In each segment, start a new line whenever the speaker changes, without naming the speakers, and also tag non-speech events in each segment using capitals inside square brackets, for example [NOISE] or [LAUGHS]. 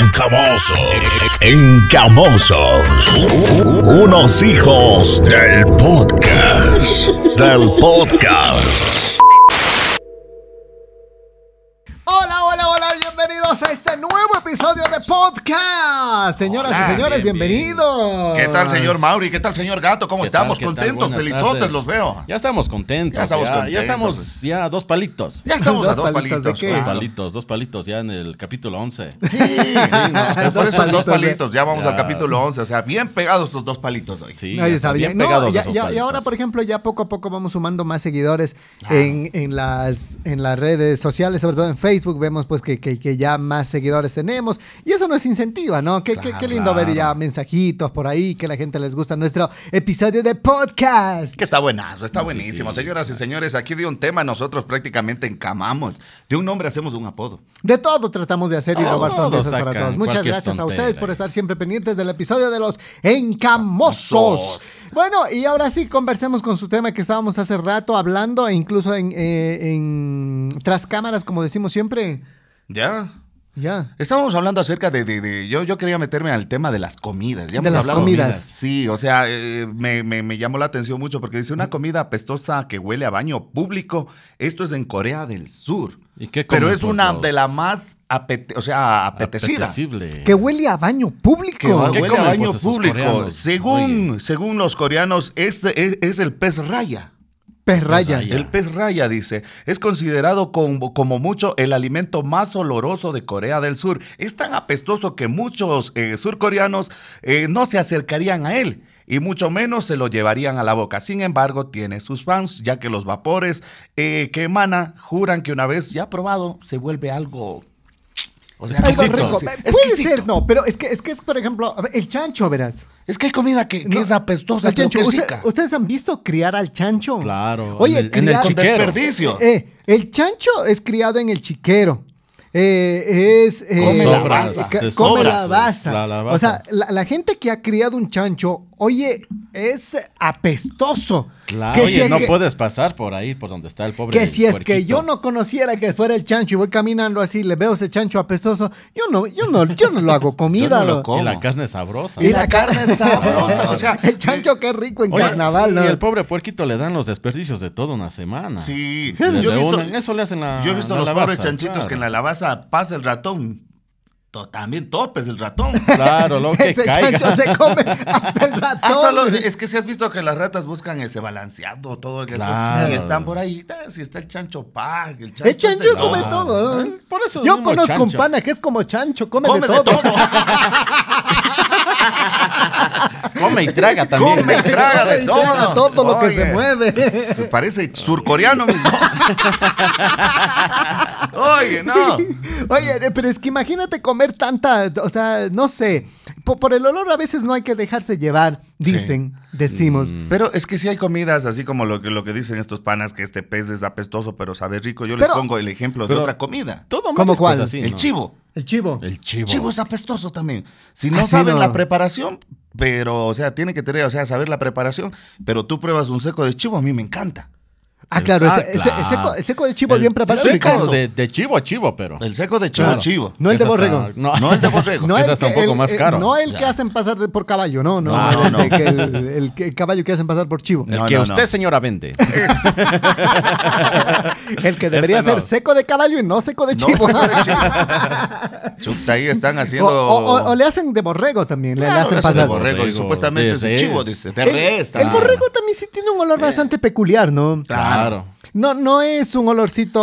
Encamosos. Encamosos. Unos hijos del podcast. Del podcast.
Hola, hola, hola, bienvenidos a este nuevo episodio de podcast. Señoras
Hola,
y señores,
bien, bien.
bienvenidos.
¿Qué tal, señor Mauri? ¿Qué tal, señor Gato? ¿Cómo
Pues
¿Qué tal,
estamos?
qué tal?
Contentos,
Buenas
felizotes,
tardes.
los veo.
Ya estamos contentos.
Ya
Ya
estamos
estamos ya,
contentos.
estamos ya a dos palitos.
Ya estamos
Dos
a dos
palitos, ¿de
palitos.
qué?
Dos
claro.
palitos, dos palitos ya en el capítulo 11.
Sí, sí, no,
Ah, Dos
por estos dos
palitos,
palitos, ya vamos
ya.
al capítulo 11, o sea, bien pegados los dos palitos hoy.
Sí,
Ahí está bien. No,
pegados
ya-
esos
ya- y
palitos.
ahora, por ejemplo, ya poco a poco vamos sumando más seguidores en, en las, en las redes sociales, sobre todo en Facebook. Vemos pues que, que- que ya más seguidores tenemos. Y eso nos incentiva, ¿no? Qué, qué- qué lindo ver ya mensajitos por ahí, que la gente les gusta nuestro episodio de podcast.
Que está buenazo, está buenísimo.
sí.
Señoras y señores, aquí de un tema nosotros prácticamente encamamos. De un nombre hacemos un apodo.
De todo tratamos de hacer y
Todo
robar sorpresas
sacan
para todos. Muchas
cualquier
gracias a
tontería.
ustedes por estar siempre pendientes del episodio de los encamosos. Bueno, y ahora sí, conversemos con su tema que estábamos hace rato hablando, e incluso en, eh, en- tras cámaras, como decimos siempre.
¿Ya?
Ya.
Estábamos hablando acerca de, de- de- yo, yo quería meterme al tema de las comidas. Ya
De
hemos
las
hablado.
comidas.
Sí, o sea, eh, me, me- me llamó la atención mucho porque dice una comida apestosa que huele a baño público. Esto es en Corea del Sur.
¿Y qué
Pero
comen,
es
pues,
una
los-
de las más apete- o sea, apetecida.
Apetecible.
Que huele a baño
Que
público.
¿Qué
huele
comen,
a baño
pues, esos
público.
coreanos?
Según,
Oye.
según los coreanos, este es, es el pez raya.
Perraya.
Perraya. Ya.
El pez raya, dice, es considerado como, como mucho el alimento más oloroso de Corea del Sur. Es tan apestoso que muchos eh, surcoreanos eh, no se acercarían a él y mucho menos se lo llevarían a la boca. Sin embargo, tiene sus fans, ya que los vapores eh, que emana juran que una vez ya probado se vuelve algo... o sea,
Algo
Exquisito,
rico.
sí.
Puede
Exquisito.
ser, no, pero es que, es que es, por ejemplo, a ver, el chancho, verás.
Es que hay comida que, que
No,
es apestosa,
el
pero
chancho.
que es
Usted-
rica.
¿Ustedes han visto criar al chancho?
Claro,
Oye,
en el- en el
criar,
Con
chiquero.
desperdicio.
Eh, el chancho es criado en el chiquero. Eh, es eh,
Come la
eh,
baza,
ca-
te
come
sobra.
la baza.
La- la
O sea,
baza.
la, la gente que ha criado un chancho, oye, es apestoso.
Claro.
Que
Oye,
si es
no
que-
puedes pasar por ahí, por donde está el pobre.
que si es que
puerquito.
yo no conociera que fuera el chancho y voy caminando así, le veo ese chancho apestoso, yo no, yo no, yo no lo
[LAUGHS]
hago comida.
Yo no lo
lo-
como.
Y la carne es sabrosa.
Y la carne es sabrosa.
o [LAUGHS] sea,
el chancho qué rico en
Oye,
carnaval, ¿no?
Y el pobre puerquito le dan los desperdicios de toda una semana.
Sí,
Yo
yo he visto,
eso le hacen la.
Yo he visto
Ah,
la
los
lavaza,
pobres chanchitos
claro.
que en la lavaza pasa el ratón. To- también topes
[LAUGHS]
el ratón.
Claro, lo que
Ese chancho
caiga.
se come hasta el
Hasta
ratón.
los- Ah, es que si has visto que las ratas buscan ese balanceado, todo el que
Claro.
y están por ahí. eh, Si está el chancho pag, el chancho.
El chancho
este-
come
No,
todo. ¿eh?
Por eso
Yo
mismo
conozco
chancho.
un pana que es como chancho, come,
Come
de,
de
todo. [LAUGHS]
todo.
Come y traga también.
Come, traga de
Él
todo.
traga todo lo que se
Oye,
mueve.
[LAUGHS]
se Parece
[LAUGHS]
surcoreano mismo. Oye, no.
Oye, eh, pero es que imagínate comer tanta, o sea, no sé, po- por, el olor a veces no hay que dejarse llevar, dicen, decimos.
Pero es que si hay comidas así como lo que, lo que dicen estos panas, que este pez es apestoso, pero sabe rico. Yo les
Pero-
pongo el ejemplo de
pero-
otra comida.
Todo mal
¿Cómo
es, pues,
cuál?
así,
el
¿no?
chivo.
El chivo.
El chivo.
Chivo es apestoso también. Si no
Ah, sí,
saben
no.
la preparación, pero, o sea, tiene que tener, o sea, saber la preparación, pero tú pruebas un seco de chivo, a mí me encanta.
ah, claro,
Ah,
ese- ese-
claro.
el seco, el seco de chivo
El
bien preparado.
Seco
Ricardo.
de, de chivo a chivo, pero.
El seco de chivo,
Claro.
chivo.
No el de
Es hasta-
borrego.
No,
No el de borrego.
No
el
es hasta un
que-
poco
el-
más
el-
caro.
no el que
Ya.
hacen pasar de- por caballo, no, no.
No,
el,
no,
de que el- el que- el caballo que hacen pasar por chivo.
El
No,
que
no,
usted,
no.
[LAUGHS]
señora, vende.
El que debería
Ese no.
ser seco de caballo y no seco de
No,
chivo.
seco de chivo. Chuta, ahí
[LAUGHS]
están
O,
haciendo.
o- o- o le hacen de borrego también, le- le,
Claro,
hacen
eso de
pasar.
borrego, y
Borrego,
supuestamente
de
es
res.
chivo, dice. De
El,
res
el
también.
borrego también sí tiene un olor bastante peculiar, ¿no?
Claro.
No, no es un olorcito.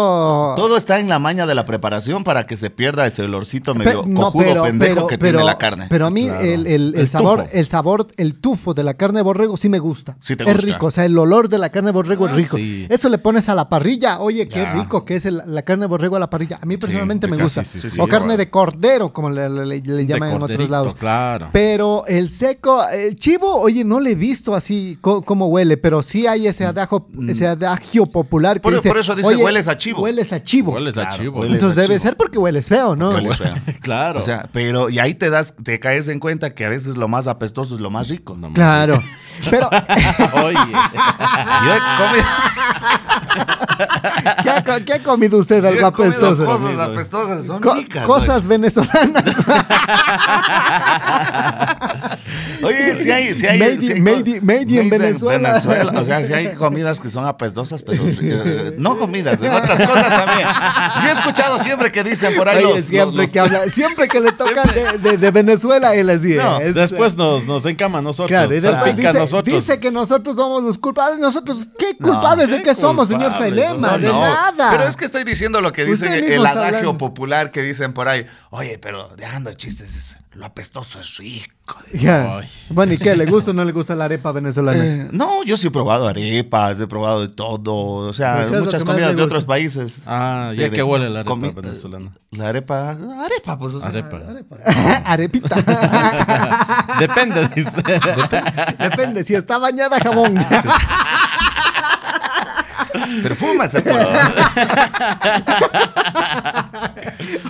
Todo está en la maña de la preparación para que se pierda ese olorcito
Pe-
medio
no,
cojudo pendejo que tiene la carne.
Pero a mí
Ah, Claro.
el, el- el
El
sabor,
tufo.
el sabor, el tufo de la carne de borrego sí me gusta.
Sí te
Es
gusta.
rico, o sea, el olor de la carne de borrego es
Ah,
rico.
sí.
Eso le pones a la parrilla. Oye, qué
Ya.
rico que es el- la carne de borrego a la parrilla. A mí personalmente me
sí,
gusta.
sí, sí, sí,
o
sí,
carne
bueno.
de cordero, como le, le- le- le llaman en otros
corderito,
lados.
claro.
Pero el seco, el chivo, oye, no le he visto así co- como huele, pero sí hay ese adagio, ese adagio popular que
Mm, Por- e-,
dice,
por eso dice,
"Oye,
"Hueles a chivo".
Hueles a chivo.
Hueles a
Claro,
chivo.
hueles
Entonces
a
debe
chivo.
ser porque hueles feo, ¿no?
Huele feo.
[LAUGHS] Claro.
O sea, pero y ahí te das, te caes en cuenta que a veces lo más apestoso es lo más rico.
No,
[LAUGHS]
Claro. Pero
Oye.
Yo he comido,
¿qué ha, co- qué ha comido usted
yo he
algo
comido
apestoso?
cosas apestosas, son
Co-
ricas.
cosas venezolanas.
[LAUGHS] Oye, si hay, si hay,
Made in-
si hay
made
cosas-
in- made in Venezuela.
O sea, si hay comidas que son apestosas, pero eh, no comidas, en otras cosas también. Yo he escuchado siempre que dicen por ahí
Oye,
los-
siempre
los-
que habla, siempre que le tocan de, de- de Venezuela, él así
No,
es. eh,
Después nos, nos encama a nosotros.
Claro, y después
salpica a
dice,
nosotros.
dice que nosotros somos los culpables. Nosotros, ¿qué culpables de
¿qué
qué somos, señor
culpables?
Felema?
No,
de
no.
nada.
Pero es que estoy diciendo lo que dice
Usted mismo
el
está
adagio
hablando.
popular que dicen por ahí. Oye, pero dejando de chistes, es- lo apestoso es rico.
Ya.
Ay.
Bueno, ¿y qué? ¿Le gusta o no le gusta la arepa venezolana?
Eh, no, yo sí he probado arepas, he probado de todo, o sea,
¿Pero qué es lo
muchas
que más
comidas
le
de otros
gusta?
países.
Ah,
Sí,
ya
de-
que huele la arepa
comi-
venezolana.
La arepa, arepa, pues. o sea,
Arepa.
[LAUGHS] Arepita. [LAUGHS]
Depende, dice.
Depende, si está bañada
[LAUGHS]
jabón. [LAUGHS]
Perfúmase, por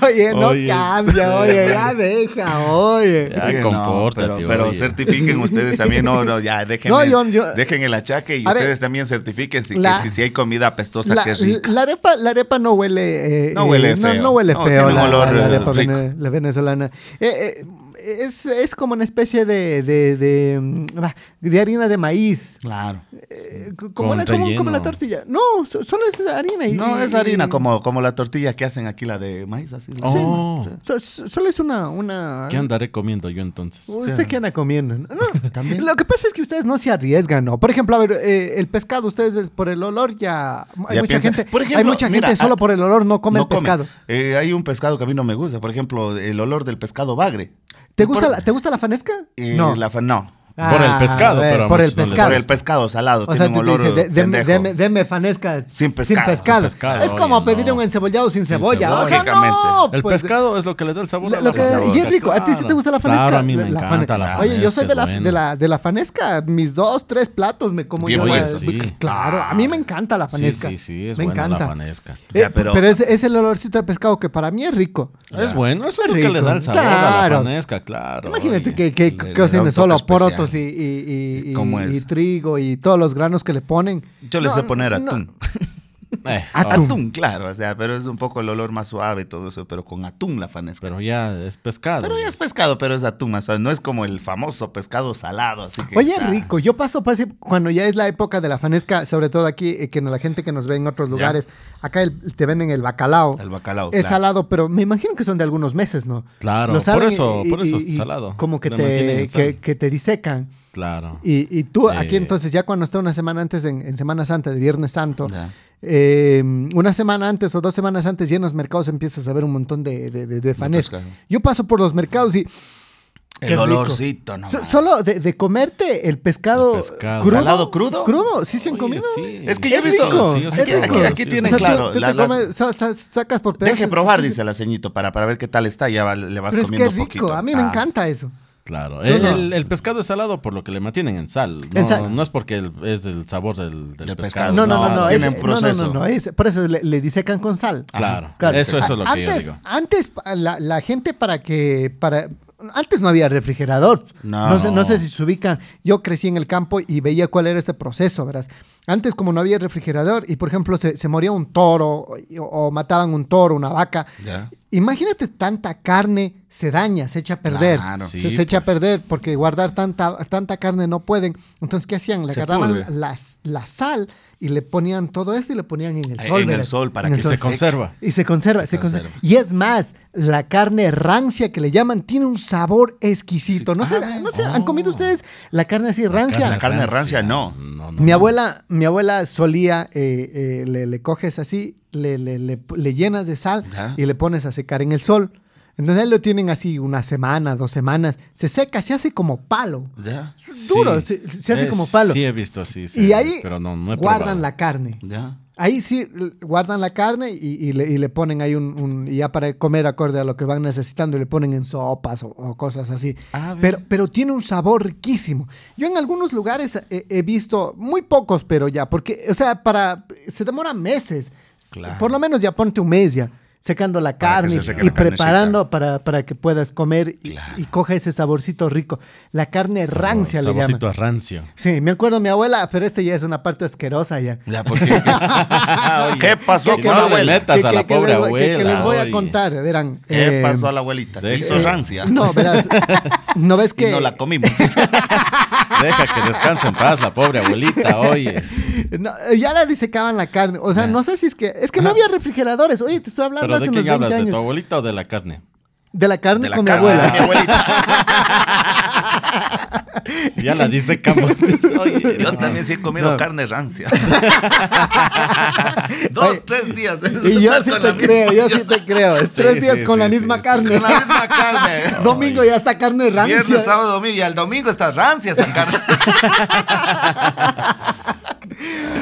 Oye, no
Oye. [LAUGHS]
cambia, oye, ya deja, oye.
Ya, compórtate,
pero, pero
oye.
certifiquen ustedes también. No,
[LAUGHS]
no, ya, dejen,
No, yo- yo-
dejen el achaque y
A ver,
ustedes también certifiquen si, que
la-
si, si hay comida apestosa
La,
que es rica.
la arepa, la arepa no huele. eh,
No huele
eh, No,
feo.
no huele
No,
feo
tiene
la,
un olor,
la- la
eh,
arepa
rico.
vene- la venezolana. Eh, eh, es, es como una especie de, de, de, mm, bah, de harina de maíz.
Claro.
Eh, como,
Con
la, como, como la
relleno.
tortilla. No, so- solo es harina. y-
No,
y-
es harina como, como la tortilla que hacen aquí, la de maíz, así. ¿no?
Oh,
so- so- solo es una. una
¿Qué andaré comiendo yo entonces?
¿Usted qué anda comiendo? No, no.
[LAUGHS] También.
Lo que pasa es que ustedes no se arriesgan, ¿no? Por ejemplo, a ver, eh, el pescado, ustedes es por el olor ya. Hay
Ya
mucha
piensa-
gente,
Por
hay
ejemplo,
mucha
mira,
gente solo
ah,
por el olor no come
No
el pescado.
Eh, hay un pescado que a mí no me gusta, por ejemplo, el olor del pescado bagre.
¿Te
Y por-
gusta, la, ¿Te gusta la fanesca?
y la fa- no.
Por el pescado,
a ver,
pero a
eh, por el
muchos no les
pescado.
Por el pescado salado,
o sea,
tiene
te
un olor
dice, de- deme,
pendejo.
deme- deme fanesca
Sin pescado, sin
pescado,
es como
oye,
pedir
no.
un encebollado sin
Sin
cebolla.
cebolla.
O sea,
Lógicamente.
no,
El
pues,
pescado es lo que le da el sabor
Lo,
a
lo
la
que,
fanesca.
y es rico, a ti sí te gusta la
Claro,
fanesca.
a mí me
La- la
encanta la
fane- Oye, yo soy
fanesca,
de
es
la,
buena.
de, la, de la fanesca, mis dos, tres platos me como
Bien
yo.
bueno.
eh,
Oye, sí.
Claro, a mí me encanta la
Sí,
fanesca.
sí, sí, es
me
buena
encanta.
la fanesca.
Eh,
Ya, pero-
pero es, es el olorcito de pescado que para mí es rico.
Es bueno, eso es lo
Rico.
que le da el sabor a
Claro.
la fanesca, claro.
Imagínate
oye.
que, que, que
le- le da un
cocinen
toque
solo
especial.
porotos y, y, y, y-
¿Cómo es?
y trigo y todos los granos que le ponen.
Yo les
No,
sé poner
no,
atún.
Eh,
Atún. claro, o sea, pero es un poco el olor más suave y todo eso, pero con atún la fanesca.
Pero ya es pescado.
Pero ya es pescado, pero es atún más suave. No es como el famoso pescado salado, así que...
Oye,
está-
rico, yo paso, pase, cuando ya es la época de la fanesca, sobre todo aquí, eh, que no- la gente que nos ve en otros lugares, acá el- te venden el bacalao.
El bacalao,
Es
claro.
salado, pero me imagino que son de algunos meses, ¿no?
Claro,
Lo
por
salen
eso- por eso es salado.
Como que
Le mantienen
te,
en sal.
que, que te disecan.
Claro.
Y, y tú aquí
Eh.
entonces, ya cuando está una semana antes, en, en Semana Santa, de Viernes Santo,
Ya.
eh, una semana antes o dos semanas antes, ya en los mercados empiezas a ver un montón de, de, de- de fanesca.
pescado.
Yo paso por los mercados y Qué
El
rico.
olorcito, no
so-
más.
solo de, de comerte el pescado,
El pescado.
crudo.
¿Salado crudo?
Crudo, sí se han
Oye,
comido.
sí.
Es que yo he
Es
visto...
rico,
Sí, yo sé
aquí,
es
aquí-
rico.
aquí tienen
O sea, tú-
claro...
tú te
la- las-
comes, sa- sa- sacas por pedazos.
Deje probar, dice la ceñito, para, para ver qué tal está. Ya va- le vas
Pero es que
comiendo
es rico,
poquito.
a mí me
Ah.
encanta eso.
Claro,
No,
el,
no.
el- el pescado es salado por lo que le mantienen en sal. No,
En sal.
no es porque el- es el sabor del, del
Del
pescado.
pescado.
No, no,
no,
no, no,
tienen
ese- no, no,
proceso.
no, no, ese- por eso le, le disecan con sal.
Claro,
Claro.
eso, eso es lo que
antes,
yo digo.
Antes pa- la, la gente para que para antes no había refrigerador.
No.
sé, no sé si se ubican. Yo crecí en el campo y veía cuál era este proceso, verás. Antes como no había refrigerador y por ejemplo se, se moría un toro o, o mataban un toro, una vaca.
Ya.
Imagínate tanta carne se daña, se echa a perder,
Claro.
se,
Sí,
se echa a
pues.
perder porque guardar tanta tanta carne no pueden. Entonces qué hacían? Le
Se
agarraban
pudre.
las, la sal y le ponían todo esto y le ponían en el
Eh,
sol.
en el
verás.
sol para
En el
que
sol.
Se conserva.
Y se conserva, se,
Se
conserva.
conserva.
Y es más, la carne rancia que le llaman tiene un sabor exquisito.
Sí.
No sé,
Ah,
no sé,
oh.
¿han comido ustedes la carne así rancia?
La carne rancia, no.
no, no,
Mi
no.
abuela, mi abuela solía, eh, eh, le, le coges así, le, le- le- le llenas de sal
Ya.
y le pones a secar en el sol. Entonces ahí lo tienen así una semana, dos semanas. Se seca, se hace como palo.
Ya,
Duro,
Sí.
se, se hace
Eh,
como palo.
Sí, he visto, sí. sí,
y ahí
pero no, no he
guardan
probado.
la carne.
ya.
Ahí sí l- guardan la carne y, y le, y le ponen ahí un, un- y ya para comer acorde a lo que van necesitando y le ponen en sopas o, o cosas así.
Ah, bien.
pero, pero tiene un sabor riquísimo. Yo en algunos lugares he, he visto, muy pocos, pero ya, porque, o sea, para se demora meses.
Claro.
Por lo menos ya ponte un mes ya, secando la
Para que
carne
se seque
y
la carnecita.
preparando para, para que puedas comer y, y coja ese saborcito rico. La carne rancia le llaman.
Saborcito
[LAUGHS]
a rancio.
Sí, me acuerdo mi abuela, pero este ya es una parte asquerosa ya.
Ya, porque-
Ah,
¿Qué pasó
¿Qué- no
con la
le
abuela?
metas a la
les
pobre
voy- que- que
abuela,
les voy a
oye.
contar, verán. eh,
¿Qué pasó a la abuelita? Se
deja-
hizo rancia.
No,
[LAUGHS]
verás, no ves
Y
que...
no la
[LAUGHS]
comimos.
Deja que descanse en paz la pobre
[LAUGHS]
abuelita, oye.
no, eh, ya la disecaban la carne, o sea, no sé si es que... Es que no había refrigeradores, oye, te estoy hablando
¿Pero
hace
de
unos
quién
20
hablas? ¿De tu
años.
abuelita o de la carne?
De la carne
De la
con
carne
mi
de
abuela.
mi abuelita.
Ya la dice
[LAUGHS]
Campos. Oye,
Yo
no.
también sí he comido
No. [LAUGHS]
carne rancia. Dos,
Oye,
tres días.
[LAUGHS] Y
[LAUGHS]
yo
Estás
sí
con la
te
misma-
creo, yo sí te creo. Tres
[LAUGHS] Sí,
días
sí,
con la
sí,
misma
sí, sí.
carne.
[LAUGHS] Con la misma carne.
[LAUGHS] Domingo ya está carne rancia.
Viernes, sábado, domingo. Y al domingo está rancia esa [LAUGHS] carne.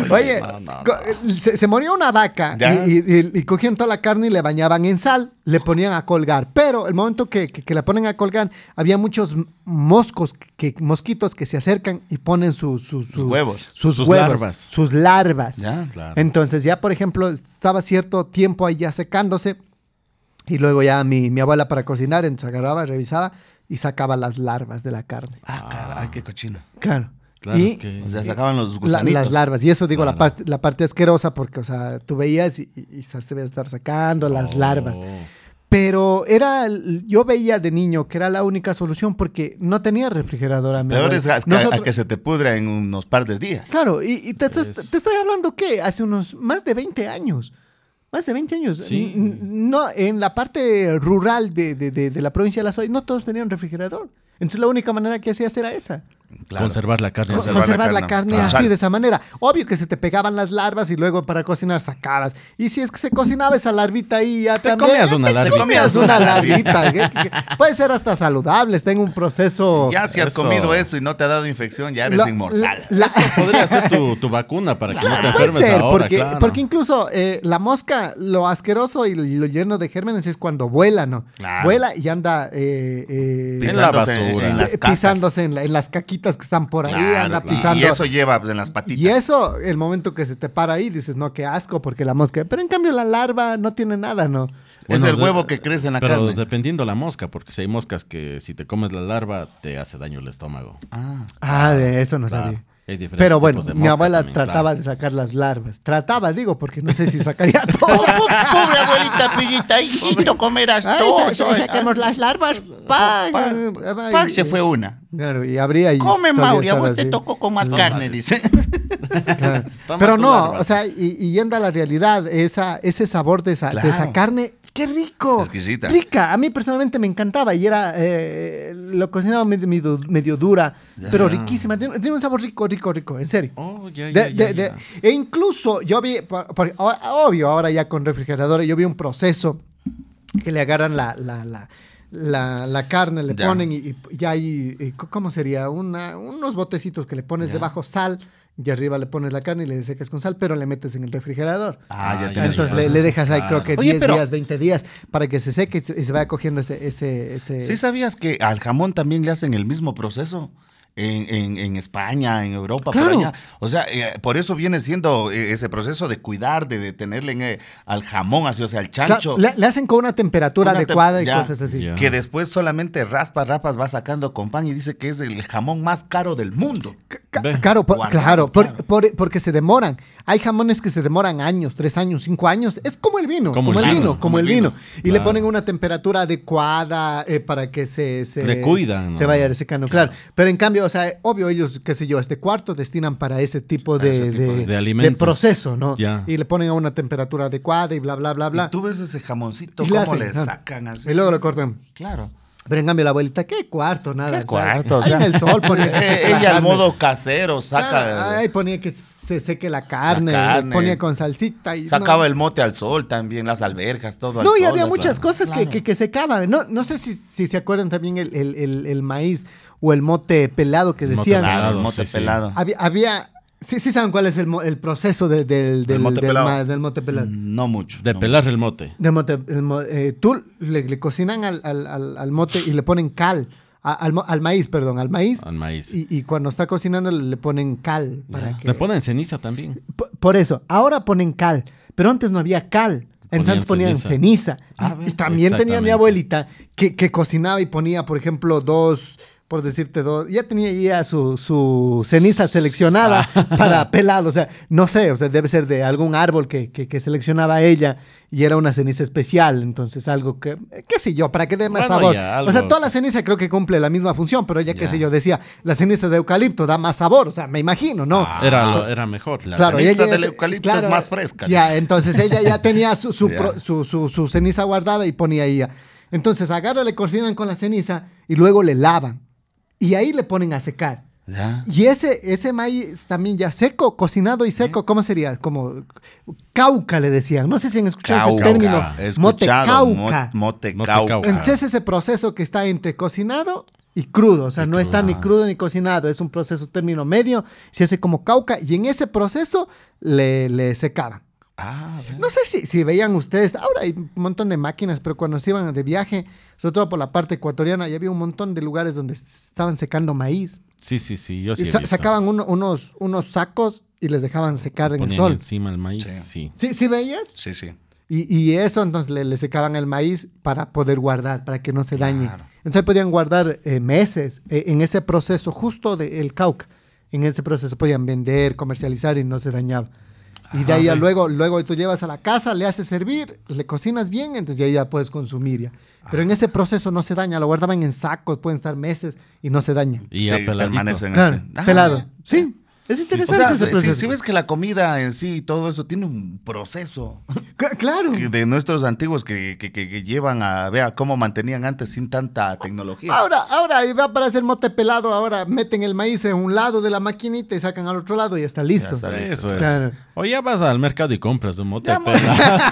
Oye, co- eh, Se, se murió una vaca
Ya.
y, y- y- y cogían toda la carne y le bañaban en sal, le ponían a colgar. Pero el momento que, que- que la ponen a colgar, había muchos m- moscos, que, que- mosquitos que se acercan y ponen sus, sus, sus-
huevos.
Sus,
Sus
huevos,
larvas.
Sus larvas.
Ya,
claro.
Entonces ya, por ejemplo, estaba cierto tiempo ahí ya secándose y luego ya mi, mi abuela para cocinar, entonces agarraba, revisaba y sacaba las larvas de la carne.
Ah, caray, qué cochino.
Claro.
Claro,
y
es que-
O sea, sacaban los
la-
gusanitos.
las larvas. Y eso digo, la,
Claro.
parte, la parte asquerosa, porque, o sea, tú veías y, y- y se veía estar sacando las
Oh.
larvas. Pero era, el- yo veía de niño que era la única solución porque no tenía refrigeradora. mi
Peor
abuela.
es a, a-
Nosotros-
a que se te pudra en unos par de días.
Claro, y, y te, te-
Es-
te estoy hablando que hace unos más de 20 años. Más de 20 años.
Sí.
N- n- No, en la parte rural de, de- de- de la provincia de La Soy, no todos tenían refrigerador. Entonces la única manera que hacías era esa.
Claro.
Conservar la carne.
Co-
Conservar la
conservar, la
carne,
carne,
claro.
así, de esa manera. Obvio que se te pegaban las larvas y luego para cocinar sacabas. Y si es que se cocinaba esa larvita ahí, ya
Te
también,
comías
ya
una
te-
larvita.
Te comías una larvita. que- que- que Puede ser hasta saludable, está en un proceso.
Ya si has
Eso.
comido esto y no te ha dado infección, ya eres
La-
inmortal.
la-
Podría ser tu, tu vacuna para que no
[LAUGHS]
te
Puede
enfermes
ser,
ahora,
porque,
claro.
porque incluso eh, la mosca, lo asqueroso y lo lleno de gérmenes es cuando vuela, ¿no?
Claro.
Vuela y anda eh, eh,
Pisa-
Pisándose en-
basura.
en las
eh,
capas.
pisándose en, la- en las caquitas que están por ahí,
Claro,
anda
claro.
pisando.
Y eso lleva en las patitas.
Y eso, el momento que se te para ahí, dices, no, qué asco, porque la mosca. Pero en cambio, la larva no tiene nada, ¿no?
es
Bueno,
el
de-
huevo que crece en la
Pero
carne.
dependiendo la mosca, porque si hay moscas que si te comes la larva te hace daño el estómago.
Ah,
Ah, de eso no
Claro.
sabía.
Hay diferentes
Pero bueno,
tipos de
mi
moscas
abuela
también,
trataba
claro.
de sacar las larvas. Trataba, digo, porque no sé si sacaría [LAUGHS] todo.
Pobre abuelita Pillita, hijito, comerás
Ay,
todo.
sa- sa- saquemos las larvas. pa-
Pac, Pac se fue una.
Claro, y habría y
Come,
solía
Mauri, a
estar
vos te
así.
tocó con más carne, dice.
Claro.
[LAUGHS] Toma
Pero
tu
no,
larva.
o sea, y, y yendo a la realidad, esa, ese sabor de esa, de esa
Claro.
carne, qué rico.
Exquisita.
Rica. A mí personalmente me encantaba y era, eh, lo cocinaba medio, medio- medio dura, pero riquísima. Tiene, tiene un sabor rico, rico, rico, en serio.
Oh, ya, ya,
De-
ya,
de- de-
ya.
e incluso yo vi, por- por- ahora- obvio, ahora ya con refrigeradores, yo vi un proceso que le agarran la, la, la, la- la carne, le
Ya.
ponen y, y ya hay, eh, co- ¿cómo sería? Una, unos botecitos que le pones debajo sal y arriba le pones la carne y le secas con sal, pero le metes en el refrigerador.
Ah, ya
Ah,
tienes
Entonces le,
razón.
le dejas ahí creo que
Oye,
10
pero-
días, 20 días para que se seque y se, y se vaya cogiendo ese... ese, ese-
¿Sí sabías que al jamón también le hacen el mismo proceso? En, en- en España, en Europa,
Claro.
por allá. O sea, eh, por eso viene siendo eh, ese proceso de cuidar, de, de tenerle en, eh, al jamón, así, o sea, al chancho.
Claro, le, le hacen con una temperatura
Una te-
adecuada y
ya.
cosas así.
Ya.
Que después solamente raspa, raspas, va sacando con pan y dice que es el jamón más caro del mundo.
Ca-
Ve.
Claro, por-
Guardado,
claro, por-
claro.
por- porque se demoran. Hay jamones que se demoran años, tres años, cinco años. Es como el vino, como, el vino, como el vino. Y le
Claro.
ponen una temperatura adecuada eh, para que se, se
Le cuidan,
se
¿no?
vaya resecando, claro. Pero en cambio, o sea, obvio ellos, qué sé yo, este cuarto destinan para ese tipo de,
ese tipo
de-
de alimentos.
proceso, ¿no?
Ya.
Y le ponen a una temperatura adecuada y bla bla bla bla.
Y tú ves ese jamoncito,
Y le
cómo
hacen,
le
ajá.
sacan así.
Y luego lo cortan.
Claro.
Pero en cambio la abuelita, qué cuarto, nada.
¿Qué cuarto? O
Ahí
sea,
en el sol ponía que
[LAUGHS]
[LAUGHS] se
eh,
la
ella al
carne.
modo casero saca,
Claro, ay, ponía que se seque la carne,
carne.
ponía con salsita y
sacaba
no.
el mote al sol también, las alberjas, todo al
No, y
sol,
había
o sea,
muchas cosas que-
claro.
que, que secaban. No, no sé si, si se acuerdan también el, el- el- el maíz o el mote pelado que
El mote
decían. Ah,
Claro, el
Pelado, sí,
mote
sí.
pelado.
Había, había Sí, sí saben cuál es el, mo- el proceso de- del, del,
mote
del
pelado. Mm.
ma- del mote pelado.
No mucho.
Mm, De
no
pelar el mote.
De mote- el mo- eh, tú le, le cocinan al, al- al- al mote y le ponen cal. a- al, mo- al maíz, perdón, al maíz.
Al maíz.
Y, y cuando está cocinando le le ponen cal. Para que-
Le Ah, ponen ceniza también.
P- Por eso, ahora ponen cal, pero antes no había cal.
Ponían
Entonces ponían ceniza.
Ah,
Y- y,
ve.
también tenía mi
Exactamente.
abuelita que, que cocinaba y ponía, por ejemplo, dos, por decirte dos, ya tenía ya su, su ceniza seleccionada
Ah.
[LAUGHS] para pelado. O sea, no sé, o sea, debe ser de algún árbol que, que- que seleccionaba ella y era una ceniza especial. Entonces, algo que, qué sé yo, para que dé más
Bueno,
sabor.
ya,
O sea,
algo-
toda la ceniza creo que cumple la misma función, pero ya, qué sé yo, decía, la ceniza de eucalipto da más sabor. O sea, me imagino, ¿no?
Ah, Era, lo- era mejor. La
Claro,
ceniza
ella ya
del
te-
eucalipto es más fresca,
Ya,
dice.
entonces ella ya tenía su, su,
[LAUGHS] Ya.
pro- su- su- su ceniza guardada y ponía ahí. ya. Entonces agarra, le cocinan con la ceniza y luego le lavan. Y ahí le ponen a secar.
Ya.
Y ese, ese maíz también ya seco, cocinado y seco, ¿cómo sería? Como cauca le decían. No sé si han escuchado ese
Cauca.
término.
He
Mote
escuchado, mo-
cauca.
Mote
Mote
cauca.
cauca.
Entonces ese proceso que está entre cocinado y crudo, o sea, no está ni crudo ni cocinado, es un proceso término medio, se hace como cauca y en ese proceso le, le secaban.
Ah, ve.
No sé si, si veían ustedes, ahora hay un montón de máquinas, pero cuando se iban de viaje, sobre todo por la parte ecuatoriana, ya había un montón de lugares donde estaban secando maíz.
Sí, sí, sí. Yo Pues sí.
Y
he
sa-
visto.
sacaban uno- unos, unos sacos y les dejaban secar en el
Ponían
sol.
encima el maíz.
Sí.
Sí.
¿Sí, ¿Sí veías?
Sí, sí.
Y, y eso, entonces le, le secaban el maíz para poder guardar, para que no se dañe. Entonces podían guardar eh, meses eh, en ese proceso justo del Cauca. En ese proceso podían vender, comercializar y no se dañaba. Y de ahí a luego, luego tú llevas a la casa, le haces servir, le cocinas bien, entonces ya, ya puedes consumir ya. Pero
Ah.
en ese proceso no se daña, lo guardaban en sacos, pueden estar meses y no se daña.
Y
Sí,
ya peladito.
permanecen así.
Claro,
Ah,
pelado. Sí, es
O
interesante
sea,
ese
si,
proceso.
si ves que la comida en sí y todo eso tiene un
[LAUGHS]
proceso
C- claro.
que de nuestros antiguos que, que- que- que llevan a vea cómo mantenían antes sin tanta tecnología.
Ahora, ahora, ahí va para hacer mote pelado, ahora meten el maíz en un lado de la maquinita y sacan al otro lado y está listo.
Ya está listo.
Eso es.
Claro.
O ya vas al mercado y compras un mote. pelado.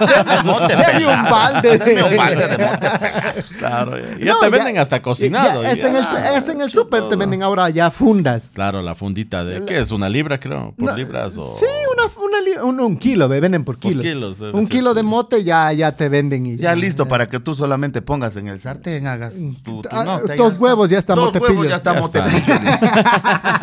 [LAUGHS]
Deme mote
Deme un
pelado.
balde.
Deme un balde de
[LAUGHS]
mote pelado. Claro, ya-
Ya
No,
te
ya-
venden hasta cocinado.
Ya,
y
está en este el,
ya.
está en el súper, te venden ahora ya fundas.
Claro, la fundita de... ¿Qué es? ¿Una libra, creo? ¿Por
No,
libras o...?
Sí, una, una li- un, un kilo, ve, venden por kilo.
kilos, debe
un
ser,
kilo de
sí.
mote ya, ya te venden y
Ya listo para que tú solamente pongas en el sartén, hagas tu, tu
Ah,
nota,
dos
ya
huevos, ya está
Dos
motepillo.
huevos, ya está
Ya está.
motepillo.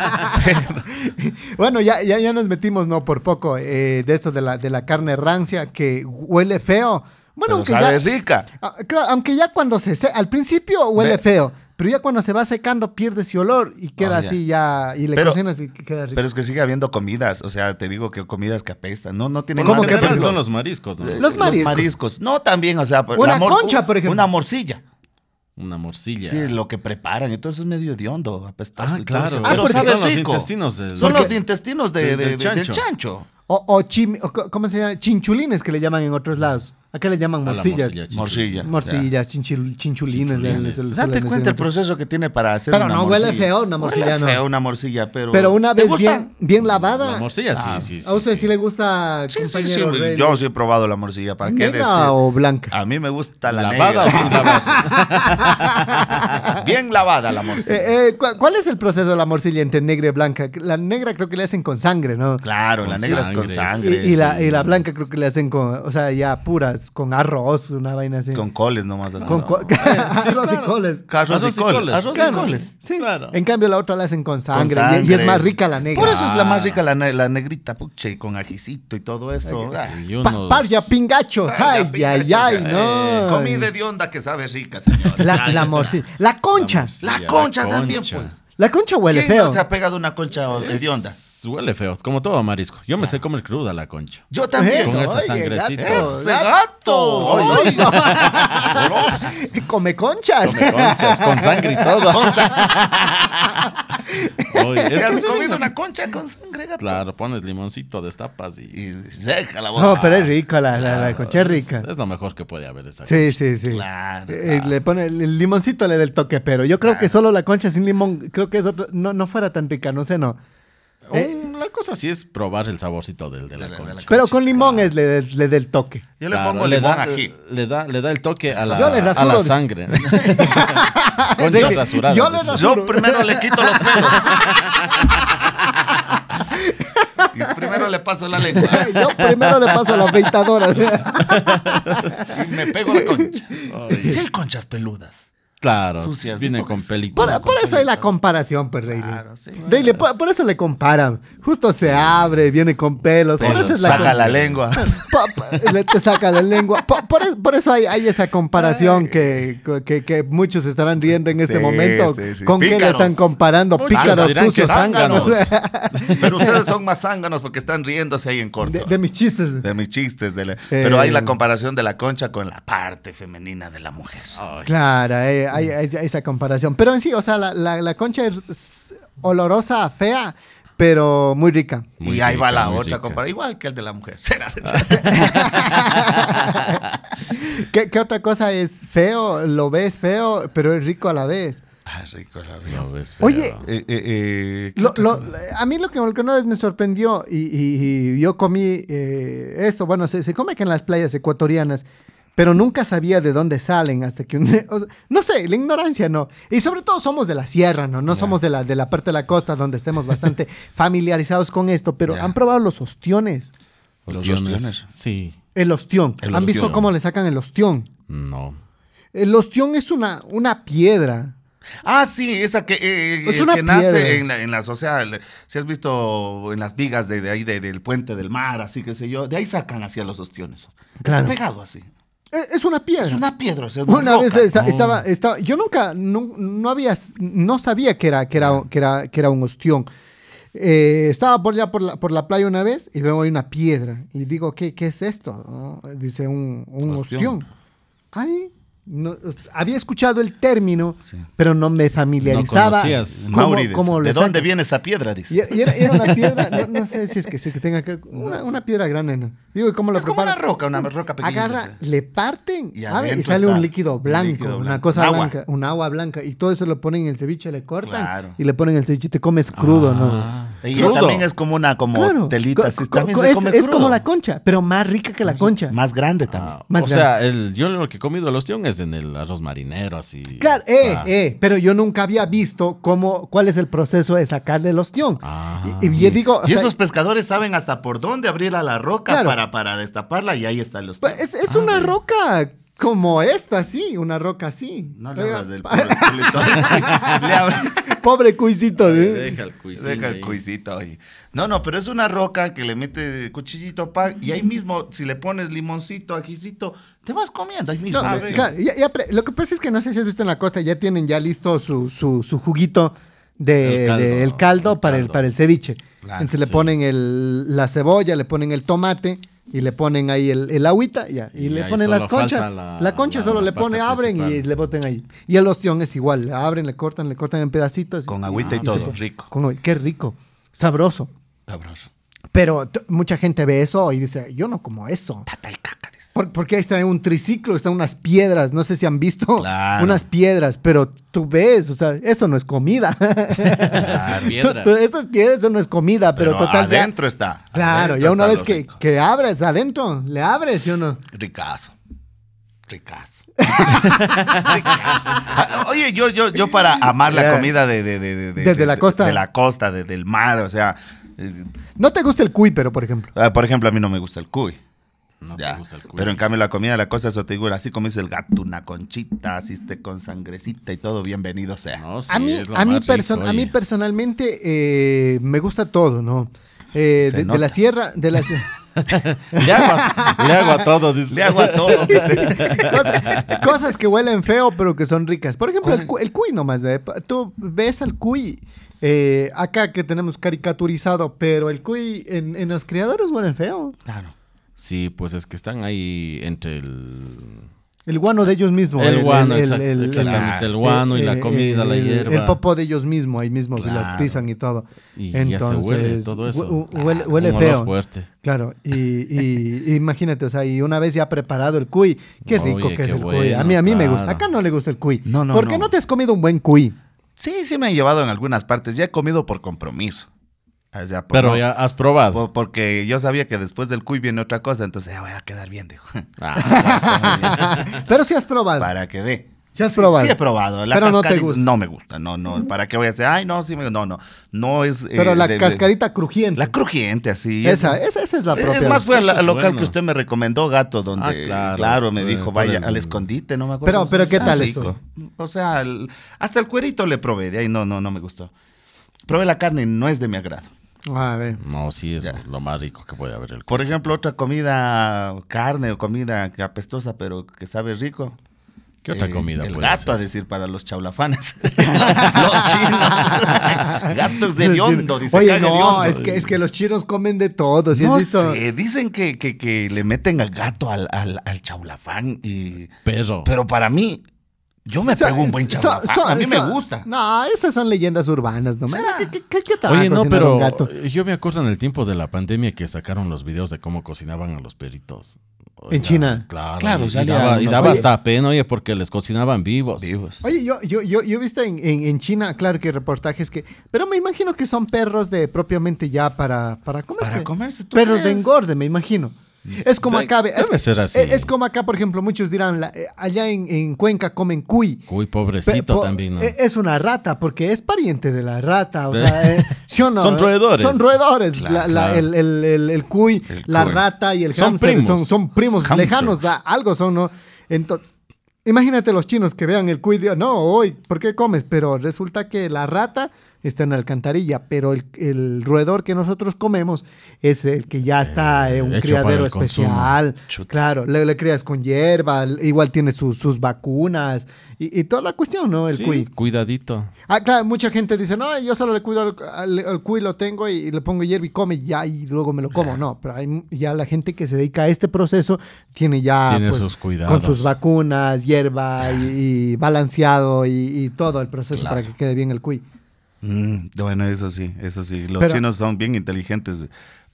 Bueno, ya, ya, ya nos metimos, no por poco, eh, de esto de la, de la carne rancia que huele feo. Bueno,
Pero
aunque ya-
sabe rica.
Ah, claro, aunque ya cuando se, se- al principio huele
Ve-
feo, pero ya cuando se va secando pierde su olor y queda
Ah, ya.
así ya y le
Oh, Pero-
cocinas y queda rico.
Pero es que sigue habiendo comidas, o sea, te digo que comidas que apestan, no, no tienen
¿Cómo
más
que
sentido.
apestan?
son los mariscos, ¿no?
eh,
Los mariscos.
No, también, o sea, por-
Una
la mor-
concha, por ejemplo.
Una morcilla.
Una morcilla.
Sí, lo que preparan, entonces es medio hediondo, apestoso.
Ah,
y todo
claro.
eso.
Ah,
Pero
porque
sabe
son los
rico.
intestinos del-
Son
porque-
los intestinos de-
del-
de-
del
de- del
chancho.
chancho.
O, o chim- o co- ¿cómo se llama? Chinchulines que le llaman en otros lados. Acá le llaman
A la
morcillas.
morcilla, chico.
Morcilla.
Morcillas, chinchil- chinchulines. le- le- le-
Date
le- le-
cuenta el proceso que tiene para hacer
Pero
una
no, huele
morcilla.
feo una
Huele
morcilla, no.
feo una morcilla, pero...
Pero una
¿te
vez
gusta?
bien, bien lavada. Ah.
La morcilla, sí, sí, sí.
¿A usted sí,
sí.
le gusta,
Sí, sí, sí,
compañero Rey?
yo sí he probado la morcilla, ¿para qué decir?
¿Negra o
[LAUGHS]
blanca?
A mí me gusta la
¿Lavada o
negra.
sin [LAUGHS]
[LAUGHS]
lavar?
Ah, Bien lavada la morcilla.
Eh, eh, ¿cu- ¿Cuál es el proceso de la morcilla entre negra y blanca? La negra creo que le hacen con sangre, ¿no?
Claro,
Con
la negra es con
Y,
sangre.
y la,
sí.
y la blanca creo que le hacen con, o sea, ya puras, con arroz, una vaina así.
Con coles nomás. así.
eh, Con co- [LAUGHS] arroz y coles.
Arroz y
Arroz y
coles.
coles.
Arroz y
Claro,
coles.
sí.
Claro.
En cambio la otra la hacen con sangre, y- Y, es
sangre.
más rica la negra. Ah.
Por eso es la más rica la, ne- la negrita, puche, con ajicito y todo eso. Ah.
Y
Pa-
unos-
parria, pingachos, ay,
pinche,
ay, ay,
eh,
no.
Comida de onda que sabe rica, señor.
La, la morcilla. La concha.
morcilla. Sí,
La
a la
concha también,
concha.
pues.
La concha huele
¿Quién
feo.
no se ha pegado una concha
Es-
de onda?
pues. Huele feo, como todo marisco. Yo me sé comer cruda la concha.
[LAUGHS] Yo también.
Con esa
oye,
sangrecita.
gato,
Ese
gato,
gato. Oye.
oso. [LAUGHS] Come conchas.
Come conchas, con sangre y
[LAUGHS]
todo. [LAUGHS] Oye,
¿Te
es que
has
sí,
comido una concha con sangre, gato?
Claro, pones limoncito, destapas y...
Y deja la boca.
[LAUGHS] No, pero es rica la, la, la concha, es rica.
Es lo mejor que puede haber esa
Sí, sí, sí.
Claro,
Eh,
claro.
Le pone el el limoncito le da el toque, pero yo creo que solo la concha sin limón, creo que es otro- no, no fuera tan rica, no sé, no. Eh,
Un- la cosa sí es probar el saborcito del, de la
de la
concha.
concha.
pero con limón es le, le da el toque.
Yo le
Claro,
pongo limón
da,
aquí.
Le da, le da el toque a la,
Yo le
a
rasuro.
la sangre. Conchas rasuradas.
Yo le
dices.
rasuro.
Yo primero le quito los pelos. primero le paso la lengua
eh, Yo primero le paso la afeitadora.
[LAUGHS] y me pego la concha. Sí hay conchas peludas.
Claro,
Sucias,
viene
sí,
con
pobres.
Por,
películas.
por eso hay la comparación, pues, Rayleigh.
Claro, sí.
Rayleigh, por, por eso le comparan. Justo se abre, viene con pelos. por eso es la
Saca
com-
la lengua.
Pa- pa- le- te saca la lengua. Pa- Por, es- por eso hay, hay esa comparación que, que- que muchos estarán riendo en este
Sí,
momento.
sí, sí.
¿Con qué le
Pícaros.
están comparando?
Muchos
Pícaros,
dirán que
sucios, zánganos.
zánganos.
Pero ustedes son más zánganos porque están riéndose ahí en corto.
[LAUGHS] De,
De,
de mis chistes.
mis chistes. de la- Pero hay
Eh.
la comparación de la concha con la parte femenina de la mujer.
Claro, eh, hay, hay esa comparación. Pero en sí, o sea, la, la- la concha es olorosa, fea, pero muy rica. [LAUGHS]
y
Muy
ahí va
rica,
la
muy
otra
rica.
comparación. Igual que el de la mujer.
¿Qué, qué otra cosa es feo? Lo ves feo, pero es rico a la vez.
Ah, rico la vida.
No, ves,
Oye,
pero-
Eh, eh, eh,
Lo- lo- a mí lo que lo que una vez me sorprendió y, y- y yo comí eh, esto, bueno, se, se come que en las playas ecuatorianas, pero nunca sabía de dónde salen hasta que un- o sea, no sé, la ignorancia no. Y sobre todo somos de la sierra, ¿no? No somos de la, de la parte de la costa donde estemos bastante
[LAUGHS]
familiarizados con esto, pero
Ya.
han probado los ostiones.
los
Los
guiones,
guiones.
Sí,
El ostión.
El
¿Han visto
ostión.
cómo le sacan el ostión?
no.
El ostión es una, una piedra.
Ah, sí, esa que, eh,
Es
eh,
una
que nace
piedra.
en, la- en las, o sea, le- si has visto en las vigas de, de ahí, de- del puente del mar, así que sé yo, de ahí sacan hacia los ostiones.
Claro.
Está pegado así.
Eh, Es una piedra.
Es una piedra, o sea,
Una
roca.
vez esta- estaba, estaba- yo nunca, nu- no, había, no sabía que era, que era, que era, que era un ostión. Eh, estaba por allá por la, por la playa una vez y veo ahí una piedra y digo, ¿qué, qué es esto? ¿No? Dice un, un ostión.
Ostión.
Ay, no, había escuchado el término, pero no me
No
familiarizaba.
conocías.
cómo-
Maurides,
cómo le
¿de dónde
sacan.
viene esa piedra? Dice.
Y era, y era- era una piedra, no, no sé si es que, si es que tenga que... Una, una piedra grande, ¿no? Digo, ¿y cómo la
es como una
preparan?
roca, una roca pequeña.
agarra, le parten
Y
abre, y,
adentro
sale un
está
líquido
un
blanco,
líquido
una
blanco.
cosa
Agua.
blanca, un agua blanca, y todo eso lo ponen en el ceviche, le cortan
Claro.
y le ponen el ceviche, te comes crudo, ¿no?
Y
Crudo.
también es como una como
Claro,
telita,
co-
así,
co-
también
co-
se
es,
come
es
crudo.
como la concha, pero más rica que la concha. Ah,
Más grande también.
Más
Ah, o sea, el, yo lo que he comido el ostión es en el arroz marinero, así.
Claro, eh,
Ah,
eh, pero yo nunca había visto cómo, cuál es el proceso de sacarle el ostión.
Ah.
y, y yo digo, o
y
sea,
esos pescadores saben hasta por dónde abrir a la roca
Claro.
para, para destaparla y ahí están los...
pues, es, es
Ah,
una roca como esta, sí, una roca así.
No [LAUGHS] le
Oiga,
hablas del pobre culito. Le hablas-
[LAUGHS] Pobre cuisito. ¿eh?
Deja el cuisito.
Deja el cuisito ahí. No, no, pero es una roca que le mete cuchillito pa, y ahí mismo, si le pones limoncito, ajicito, te vas comiendo ahí mismo. Este,
No,
bestia.
claro, ya- ya pre- lo que pasa es que no sé si has visto en la costa, ya tienen ya listo su, su, su juguito de, de-
El
el
caldo,
caldo,
el
para, El,
caldo. Ah,
para el ceviche.
Claro,
Entonces le
sí.
ponen el, la cebolla, le ponen el tomate y le ponen ahí el, el agüita ya, y,
Y
le
ahí
ponen
solo
las conchas. La,
falta la-
concha
la-
solo
la
le pone,
parte
abren y
principal.
le boten ahí. Y el ostión es igual, le abren, le cortan, le cortan en pedacitos.
Con agüita y todo, rico.
Con agü- qué rico, sabroso.
Sabroso.
Pero t- mucha gente ve eso y dice, yo no como eso.
Tata y caca, dice.
Por- porque ahí está un triciclo, están unas piedras, no sé si han visto [LAUGHS]
Claro.
unas piedras, pero tú ves, o sea, eso no es comida.
[LAUGHS]
piedras.
Tú- tú- estas piedras, eso no es comida, pero,
Ah, Pero,
total. ya-
adentro está.
claro,
Adentro
ya una
está
vez
lo
que,
rico.
que abres adentro, le abres, ¿sí o no?
Ricazo.
[LAUGHS]
Ricazo. Ricazo. Ah, Oye, yo, yo, yo para amar la
Ya.
comida de, de, de, de- de-
Desde
de-
la costa.
De la costa, de- del mar, o sea. eh,
No te gusta el cuy, pero por ejemplo.
ah, por ejemplo, a mí no me gusta el cuy.
No
Ya,
te gusta el cuisito.
Pero en cambio la comida de la costa es otra figura. Así comes el gato, una conchita, asiste con sangrecita y todo, bienvenido sea.
No, sí,
a mí,
es lo
a mí,
más rico,
perso- a mí
oye.
personalmente eh, me gusta todo, ¿no? Eh,
Se
de, de
nota.
la sierra, de la sierra.
Le hago, a- le hago a todo, dice.
Le hago a
[LAUGHS]
todo. dice.
Cosa- cosas que huelen feo, pero que son ricas. Por ejemplo, el, cu- el cuy nomás. ¿eh? Pa- Tú ves al cuy eh, acá que tenemos caricaturizado, pero el cuy en, en los criadores huelen feo.
Claro.
Sí, pues es que están ahí entre el.
El guano de ellos mismos.
El guano, exact-
el- eh,
exactamente, el guano y la comida, la
el-
hierba.
El popo de ellos mismos, ahí mismo lo
Claro.
pisan y todo.
Y ya se huele todo eso.
hu- hu- huele,
Claro,
huele
un olor
feo.
fuerte.
Claro, y, y- imagínate, o sea, y una vez ya preparado el cuy, qué
Oye,
rico que es
qué
el cuy. A mí, a mí me
bueno,
gusta.
claro.
Acá no le gusta el cuy.
No, no,
¿Por qué
no.
no te has comido un buen
[LAUGHS]
cuy? [LAUGHS]
Sí, sí me han llevado en algunas partes. Ya he comido por compromiso. O sea, por-
Pero
no,
ya has probado.
por- porque yo sabía que después del cuy viene
[LAUGHS]
[LAUGHS]
"Ah, otra cosa, entonces ya voy a quedar bien, digo.
Ah,
Pero si has probado.
Para que dé.
¿Sí Ah. has
Sí,
probado?
Sí, he probado. La
Pero no te
cascarita-
gusta.
No me gusta. No, no. ¿Para qué voy a hacer? Ay, no, sí me No, no. No es. eh,
Pero la
de- de-
cascarita crujiente.
La crujiente, así.
esa, esa, esa es la propia.
Es más, fue al
Eso es
al local
bueno.
que usted me recomendó, gato, donde,
Ah,
claro,
claro.
me
Por-
dijo,
por
vaya,
el-
al escondite, no me acuerdo.
Pero- pero, ¿qué
Ah,
tal
sí,
eso?
co- O sea, el- hasta el cuerito le probé, de ahí no, no, no me gustó. Probé la carne y no es de mi agrado.
A ver.
No, sí, es
Ya.
lo más rico que puede haber. El
Por
queso.
ejemplo, otra comida, carne o comida que apestosa, pero que sabe rico.
¿Qué otra
Eh,
comida
El
puede
gato,
ser?
a decir, para los chaulafanes.
[LAUGHS]
[LAUGHS] los chinos. [LAUGHS] Gatos de hediondo, dice.
Oye,
caga de
no,
hediondo.
es que, es que los chinos comen de todo. Pues ¿sí has
No
visto?
sé, dicen que, que- que le meten al gato al, al- al chaulafán y...
Perro.
Pero para mí, yo me
O sea,
pego un buen
so-
chaulafán.
so-
a mí
so-
me gusta.
No, esas son leyendas urbanas, ¿no? Mira, ¿Qué, qué, qué, qué tal
Oye, no,
Ah, cocinar
pero
un gato?
yo me acuerdo en el tiempo de la pandemia que sacaron los videos de cómo cocinaban a los perritos.
¿En China?
Claro,
Claro,
y,
ya
y
le
daba,
dan
y
los-
daba
Oye.
hasta pena, oye, porque les cocinaban vivos.
Vivos.
pues, Oye, yo, yo, yo, yo he visto en, en, en China, claro que reportajes que. Pero me imagino que son perros de propiamente ya para, para comerse.
Para comerse, ¿tú
Perros de
crees?
engorde, me imagino. Es como
De-
acá. ve-
Mm. debe
es, e,
ser así.
Es, es como acá, por ejemplo, muchos dirán, la- eh, allá en, en Cuenca comen cuy.
Uy,
Pe-
pobrecito
po-
también, ¿no?
e- Es una rata, porque es pariente de la rata. O
De-
sea, eh, ¿sí
[LAUGHS]
o no?
Son roedores.
Son roedores.
Claro,
La- la-
claro.
el, el- el- el cuy,
El
la
cuy.
rata y el
Son
hámster
primos.
son, son primos
Hámster.
lejanos. da- algo son, ¿no? Entonces, imagínate los chinos que vean el cuy y digan, no, hoy, ¿por qué comes? Pero resulta que la rata está en la alcantarilla, pero el, el roedor que nosotros comemos es el que ya está
Eh,
en un
hecho para
criadero
el consumo.
especial. Claro, le, le crías con hierba, l- igual tiene sus, sus vacunas y, y toda la cuestión, ¿no? El
Sí,
cuy.
cuidadito.
Ah, claro, mucha gente dice, no, yo solo le cuido al, al- al cuy, lo tengo y, y le pongo hierba y come y ya y luego me lo como. No, pero hay m- ya la gente que se dedica a este proceso tiene ya
Tiene
pues,
sus cuidados.
con sus vacunas, hierba y, y balanceado y, y todo el proceso para que quede bien el cuy.
Mm, bueno, eso sí, eso sí. Los
Pero-
chinos son bien inteligentes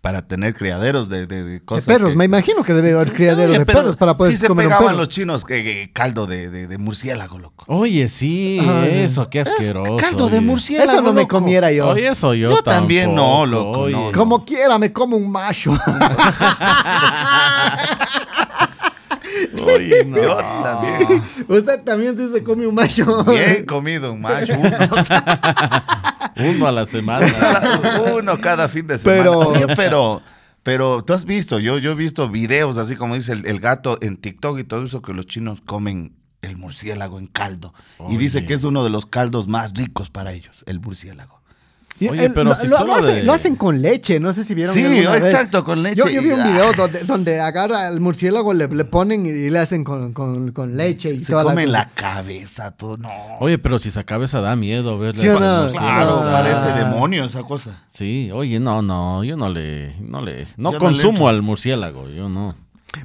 para tener criaderos de, de- de
De
cosas.
perros,
que-
me imagino que debe haber criadero
Oye,
de
pero
perros para poder
Sí se
comer un
pegaban
perro.
los chinos que, que caldo de, de- de murciélago, loco.
Oye, sí,
Ay,
eso, qué asqueroso.
caldo de
oye.
murciélago.
Eso no me
loco.
comiera yo.
Oye, eso yo,
Yo también
tampoco,
no, loco,
oye.
no, no.
Como quiera, me como un macho.
Oye, no, yo también.
[LAUGHS] Usted también sí se come un macho.
Bien comido, un macho. Uno,
Uno a
[LAUGHS]
la semana.
cada- uno cada fin de semana.
Pero-
Oye, Pero, pero, tú has visto, yo, yo he visto videos, así como dice el, el gato en TikTok y todo eso, que los chinos comen el murciélago en caldo. Y
Oye.
dice que es uno de los caldos más ricos para ellos, el murciélago.
Y
Oye,
el-
pero
lo,
si
lo-
solo
lo hacen,
de-
lo hacen con leche, no sé si vieron.
Sí,
alguna vez.
exacto, con leche
Yo, yo vi
y-
un
ah.
video donde, donde agarra al murciélago, le, le ponen y, y le hacen con, con- con leche y
Se
toda
comen
cosa.
la, cabeza, todo. No.
Oye, pero si se cabeza da miedo verle.
Sí o
al
no,
murciélago.
claro,
no.
parece demonio esa cosa.
Sí, oye, no, no, yo no le, no le, no
Yo no le
consumo
entro.
al murciélago, yo no.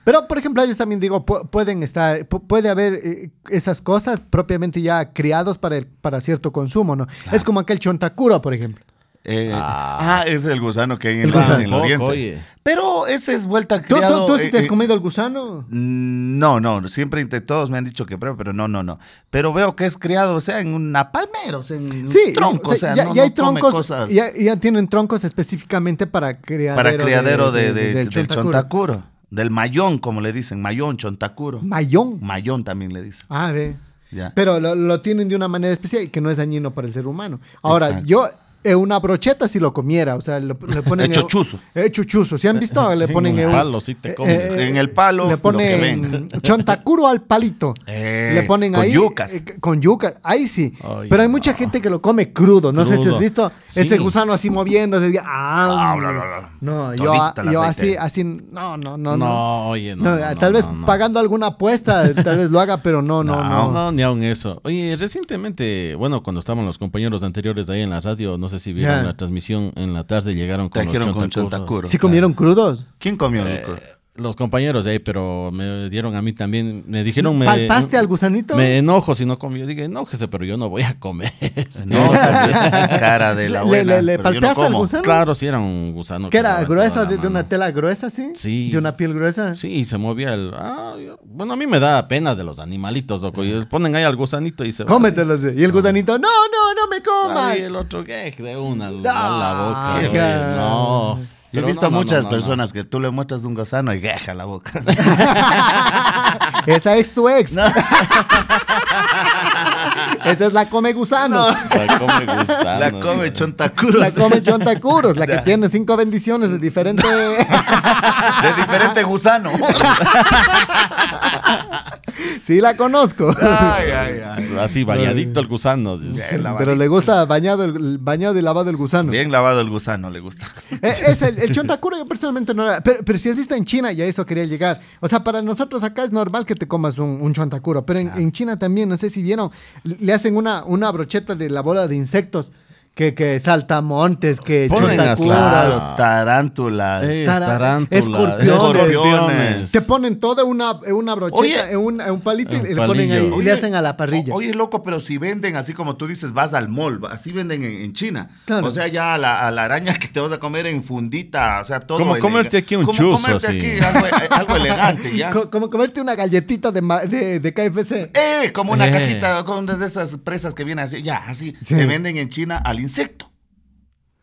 Pero, por ejemplo, ellos también digo, pu- pueden estar, pu- puede haber eh, esas cosas propiamente ya criados para, el- para cierto consumo, ¿no? Es como aquel chontacuro, por ejemplo.
Eh, ah.
Ah.
es el gusano que hay en,
El
el,
gusano.
en el
Tampoco,
oriente.
oye.
Pero ese es vuelta
¿Tú,
criado.
tú, tú sí
eh,
te has
eh,
comido el gusano?
No, no, siempre inte- todos me han dicho que pruebe, pero no, no, no. Pero veo que es criado, o sea, en una palmera, o sea, en un
Sí,
tronco, o sea,
ya,
no-
ya hay
no come
troncos,
cosas
ya, ya tienen troncos específicamente para criadero,
para criadero de, de-
del
del,
chontacuro.
chontacuro, del mayón, como le dicen, mayón, chontacuro.
Mayón.
Mayón también le dicen.
Ah, ve.
Ya.
Pero lo, lo tienen de una manera especial y que no es dañino para el ser humano. Ahora,
Exacto.
yo eh, una brocheta si lo comiera, o sea, lo- le ponen...
Hecho chuzo.
Hecho chuzo. ¿Sí han visto? Le
En
ponen...
un
eh,
palo sí te comes.
En el palo,
Le
lo que
ponen
ven.
chontacuro al palito.
Eh,
le ponen
con
ahí...
yucas.
eh, con yucas. Ahí sí.
Ay,
Pero hay mucha gente que lo come crudo. No sé si has
Crudo.
visto
Sí.
ese gusano así moviéndose. Ah,
Ah, bla, bla, bla.
no, yo,
Todita el
yo así,
aceite.
así... No, no, no,
No,
no.
oye, no.
No,
no,
tal
no,
vez
no.
pagando alguna apuesta, tal vez lo haga, pero no, no, no.
[LAUGHS] No, no, ni aun eso. Oye, recientemente, bueno, cuando estaban los compañeros anteriores ahí en la radio, no sé si vieron
Ya.
la transmisión en la tarde, llegaron con
Trajeron
los
con
chontacurros.
chontacuro.
¿Sí comieron crudos?
¿Quién comió?
Eh,
loco?
los compañeros de ahí, pero me dieron a mí también, me dijeron... Me,
¿Palpaste al gusanito?
Me
[LAUGHS]
enojo si no comí. Yo dije, enójese, pero yo no voy a
[LAUGHS]
comer. [LAUGHS]
No, cara de la
Le-
buena.
le- le
pero yo no
palpeaste al
como.
gusano?
Claro, si era un gusano.
¿Que era
daba en toda
gruesa?
la
De, de una
mano.
tela gruesa, sí?
Sí.
¿De una piel gruesa?
Sí, y se movía el... ah, yo- bueno, a mí me da pena de los animalitos, loco. Y ponen ahí al gusanito y se va
Cómetelo. Y el gusanito, no, no, no me
así.
comas.
Ay, el otro, ¿qué? De una,
Ah,
a la boca.
qué
oye,
asco.
no.
Yo he
Pero
visto
no,
a
no, no,
muchas
no, no.
personas que tú le muestras un gusano y deja la boca.
Esa ex tu ex. [LAUGHS] Esa es la come gusanos.
La come gusano.
[LAUGHS] la come chontacuros.
La
[LAUGHS]
come John Tacuros, la que tiene cinco bendiciones de diferente.
De diferente
[LAUGHS]
gusano.
sí, la conozco.
Ay, ay, ay.
Así, variadicto el gusano. dice.
Bien lavadito.
Pero le gusta bañado, el, bañado y lavado el gusano.
Bien lavado el gusano, le gusta.
Eh, Es el, el chontacuro, yo personalmente no era. Pero, pero si has visto en China, y a eso quería llegar. O sea, para nosotros acá es normal que te comas un, un chontacuro. Pero en, en China también, no sé si vieron, le le hacen una, una brocheta de la bola de insectos. Que, que saltamontes, que
Ponen
chontacuro.
hasta-
Claro, tarántula.
Eh,
Tara-
tarántulas,
escorpiones.
Escorpiones.
Te ponen toda una, una brocheta,
Oye.
en un, en un palito y
Un
le ponen ahí.
palillo.
y le hacen a la parrilla.
O- Oye, loco, pero si venden, así como tú dices, vas al mall, va- así venden en, en China.
Claro.
O sea, ya a la, a la araña que te vas a comer en fundita, o sea, todo.
Como
elega-
comerte aquí un
como
chuzo,
comerte
así.
aquí algo, eh, algo elegante, ya.
[LAUGHS] Co- como comerte una galletita de, ma- de, de KFC.
Eh, como una
Eh.
cajita con de esas presas que vienen así, ya, así.
Sí.
Te venden en China al insecto.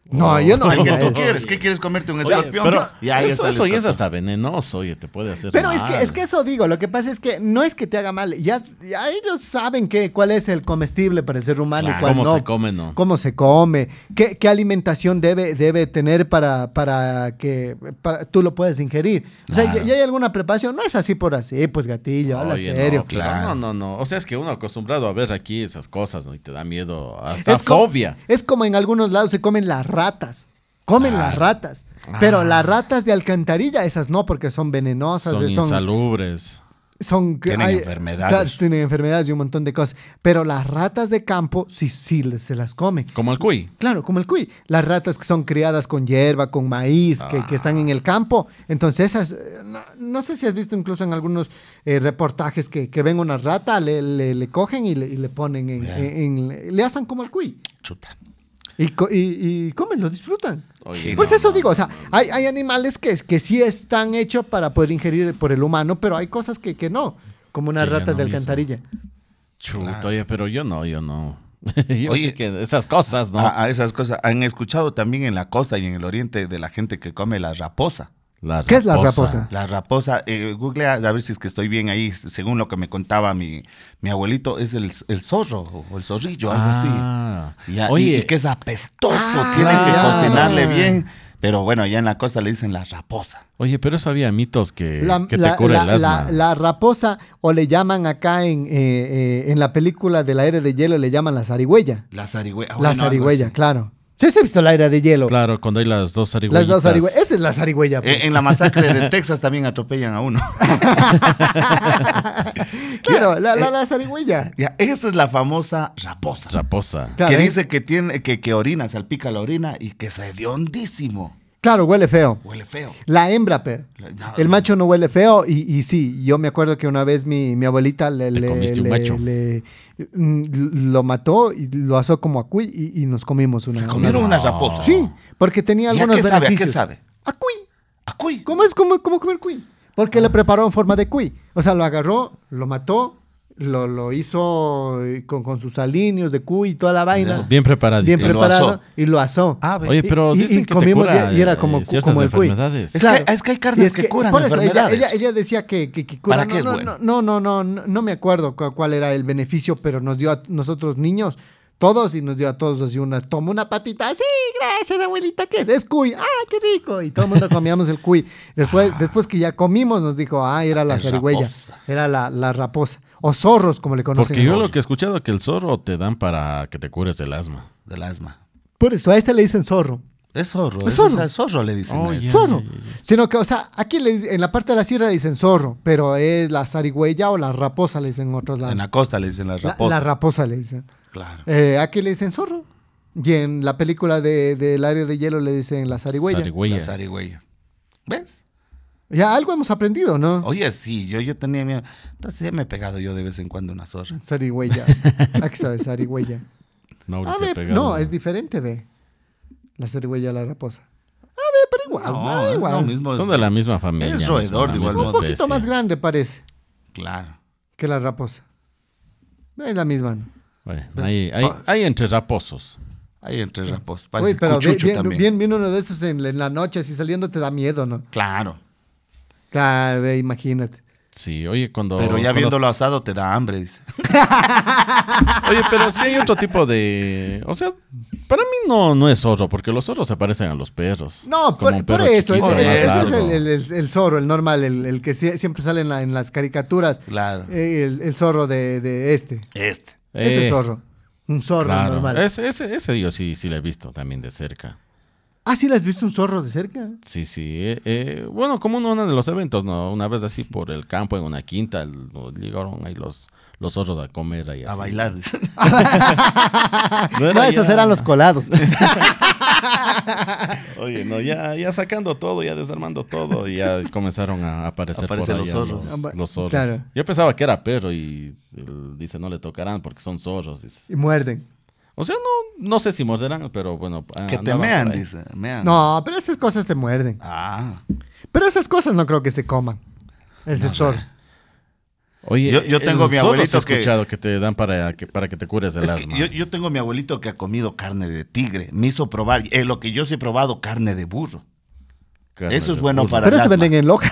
No, yo no.
al que tú
eh.
quieres. ¿Qué quieres comerte? ¿Un
Oye,
escorpión?
pero
Y ahí
eso,
está el
eso ya es
escorpión.
hasta venenoso, oye, te puede hacer
Pero es que,
mal.
es que eso digo, lo que pasa es que no es que te haga mal, ya, ya ellos saben que, cuál es el comestible para el ser humano y
Claro,
cuál
cómo
no.
se come, ¿no?
Cómo se come, qué, qué alimentación debe, debe tener para, para que para- tú lo puedas ingerir. O sea,
Claro.
ya, ya hay alguna preparación, no es así por así, pues gatillo, habla
Oye,
serio.
No, claro, No, no, no. O sea, es que uno acostumbrado a ver aquí esas cosas, ¿no? Y te da miedo, hasta
Es como-
fobia.
es como en algunos lados se comen las ratas. Comen las ratas.
Ah.
Pero las ratas de alcantarilla, esas no, porque son venenosas,
Son,
son
insalubres.
son que
Tienen enfermedades.
claro, tienen enfermedades y un montón de cosas. Pero las ratas de campo sí, sí le- se las comen.
Como el cuy.
Claro, como el cuy. Las ratas que son criadas con hierba, con maíz, que, que están en el campo. Entonces, esas, eh, no, no sé si has visto incluso en algunos eh, reportajes que, que ven una rata, le, le- le cogen y le, y le ponen en, en- en- Le hacen como el cuy.
Chuta.
Y, co- y, y comen, lo disfrutan.
Oye,
pues
no,
eso
no,
digo, o sea, hay, hay animales que, que sí están hechos para poder ingerir por el humano, pero hay cosas que, que no, como unas
Que ya
ratas
no
de
mismo.
alcantarilla.
Chuta, oye, pero yo no, yo no. [LAUGHS] yo
Oye.
sé que esas cosas, ¿no?
ah,
A, a esas cosas. Han escuchado también en la costa y en el oriente de la gente que come la raposa.
La
¿Qué es la raposa?
La raposa, eh, googlea, a ver si es que estoy bien ahí, según lo que me contaba mi, mi abuelito, es el, el zorro o el zorrillo, algo
Ah.
así. Ya, y-
Oye.
y, que es apestoso,
Ah,
tienen
claro.
que cocinarle bien. Pero bueno, allá en la costa le dicen la raposa.
Oye, pero eso había mitos que,
La,
que Eh, te
la-
cura
la-
el asma.
la- la raposa, o le llaman acá en, eh, eh, en la película de la era de hielo, le llaman la
Ah,
zarigüeya.
La ah, zarigüeya.
la zarigüeya, claro. Sí, se ha visto la era de hielo.
Claro, Eh, cuando hay las dos
Las
zarigüeyas.
dos eh. zarigüeyas. Esa es la zarigüeya. pues.
Eh, en la masacre de Texas también atropellan a uno. [LAUGHS]
claro, la,
eh.
la, la zarigüeya.
Ya, esta es la famosa raposa.
Raposa.
Claro,
que
¿eh?
dice que tiene que, que orina, salpica la orina y que se hediondísimo.
Claro, huele feo.
Huele feo.
La hembra, pero.
La- no.
El macho no huele feo y, y sí, yo me acuerdo que una vez mi, mi abuelita le,
Te
le-
comiste un
le-
macho.
le- mm, lo mató y lo asó como a cuy y, y nos comimos una.
Comieron
una-
una raposa.
Sí, porque tenía
¿Y a
algunos
qué sabe? ¿A qué
beneficios.
sabe?
A cuy.
¿A cuy?
¿Cómo es cómo, cómo comer cuy? Porque le preparó en forma de cuy. O sea, lo agarró, lo mató, lo, lo hizo con, con sus aliños de cuy y toda la vaina.
Bien preparadito.
Bien
Y lo
preparado
asó.
y lo asó.
Ah,
Oye, pero
Y- y-
dicen
y
que
comimos
te cura
y- y era
eh,
como-
ciertas
como el cuy.
enfermedades.
Es,
Claro.
que, es que hay
Y
carnes
es
que, curan
por eso, ella,
enfermedades.
ella, ella decía que, que, que cura.
¿Para qué es
no, no,
bueno?
no, no, no, no, no me acuerdo cu- cuál era el beneficio, pero nos dio a nosotros niños, todos, y nos dio a todos así una, toma una patita, sí, gracias abuelita, ¿qué es? Es cuy, ah, qué rico, y todo el mundo comíamos el cuy. Después, después que ya comimos nos dijo, ah, era la
Es
zarigüeya,
raposa.
era la, la raposa, o zorros como le conocen.
Porque yo lo que he escuchado que el zorro te dan para que te cures del asma.
Del asma.
Por eso a este le dicen zorro.
Es zorro.
Es
Es
zorro.
zorro. zorro le dicen.
Oh,
a
ya.
eso.
Zorro. Sino que, o sea, aquí le- en la parte de la sierra le dicen zorro, pero es la zarigüeya o la raposa le dicen en otros lados.
En la costa le dicen la
La-
raposa.
La, raposa le dicen.
claro.
Eh, aquí le dicen zorro. Y en la película de, del área de hielo le dicen la zarigüeya.
La
Zarigüeyas.
zarigüeya. ¿Ves?
Ya algo hemos aprendido, ¿no?
Oye, sí, yo, yo tenía miedo. Entonces ya me he pegado yo de vez en cuando una zorra.
Zarigüeya. aquí está de zarigüeya. A
Mauricio
ver,
Pegado.
no, es diferente, ve. La zarigüeya a la raposa. A ver, pero igual, Ah, no,
es
igual.
lo mismo.
Son de la misma familia.
Es roedor,
misma-
de igual
misma
Un poquito
especie.
más grande parece
Claro.
que la raposa. Es la misma. ¿no? Ah.
Bueno, hay, hay- hay entre raposos.
Ahí entre rapos.
Uy,
parece
pero bien,
cuchucho
bien,
también.
bien- bien uno de esos en, la- en la noche, así saliendo, te da miedo, ¿no?
Claro.
Claro, ve, imagínate.
Sí, oye, cuando.
Pero ya
cuando-
viéndolo asado te da hambre, dice.
Oye, pero sí hay otro tipo de. O sea, para mí no, no es zorro, porque los zorros se parecen a los perros.
No,
Como
por,
un
por
perro
eso, ese,
chiquito,
ese-
más
ese es
largo.
el, el- el- el zorro, el normal, el, el que sie- siempre sale en, la- en las caricaturas.
Claro.
Eh, El, el zorro de, de este.
Este.
Ese
Eh,
zorro. Un zorro
claro.
normal.
Ese, ese, ese yo sí, sí lo he visto también de cerca.
Ah, sí, ¿le has visto un zorro de cerca?
Sí, sí. eh, eh, bueno, como uno de los eventos, ¿no? Una vez así por el campo, en una quinta, el- llegaron ahí los, los zorros a comer ahí
A
así.
bailar, dice.
era
No, esos
ya-
eran los
[LAUGHS]
colados.
Oye, no, ya, ya sacando todo, ya desarmando todo, y ya comenzaron a aparecer
Aparecen
por
los
allá
zorros.
los-
Ah,
Los,
bueno,
zorros.
claro.
Yo pensaba que era perro y él dice no le tocarán porque son zorros, dice.
y muerden.
O sea, no, no sé si morderán, pero bueno. ah,
Que te
andaban por
mean,
ahí.
dice. Mean.
No, pero esas cosas te muerden.
Ah.
Pero esas cosas no creo que se coman. Ese zorro.
Oye,
Yo- yo tengo
el
mi
zorro
abuelito
sí he
que-
escuchado que... te dan para que, para que te cures del
Es que
asma.
yo, yo tengo a mi abuelito que ha comido carne de tigre. Me hizo probar. eh, lo que yo sí he probado, carne de burro.
Carne
eso es
de
bueno
burro.
para-
Pero se
asma.
venden en loca.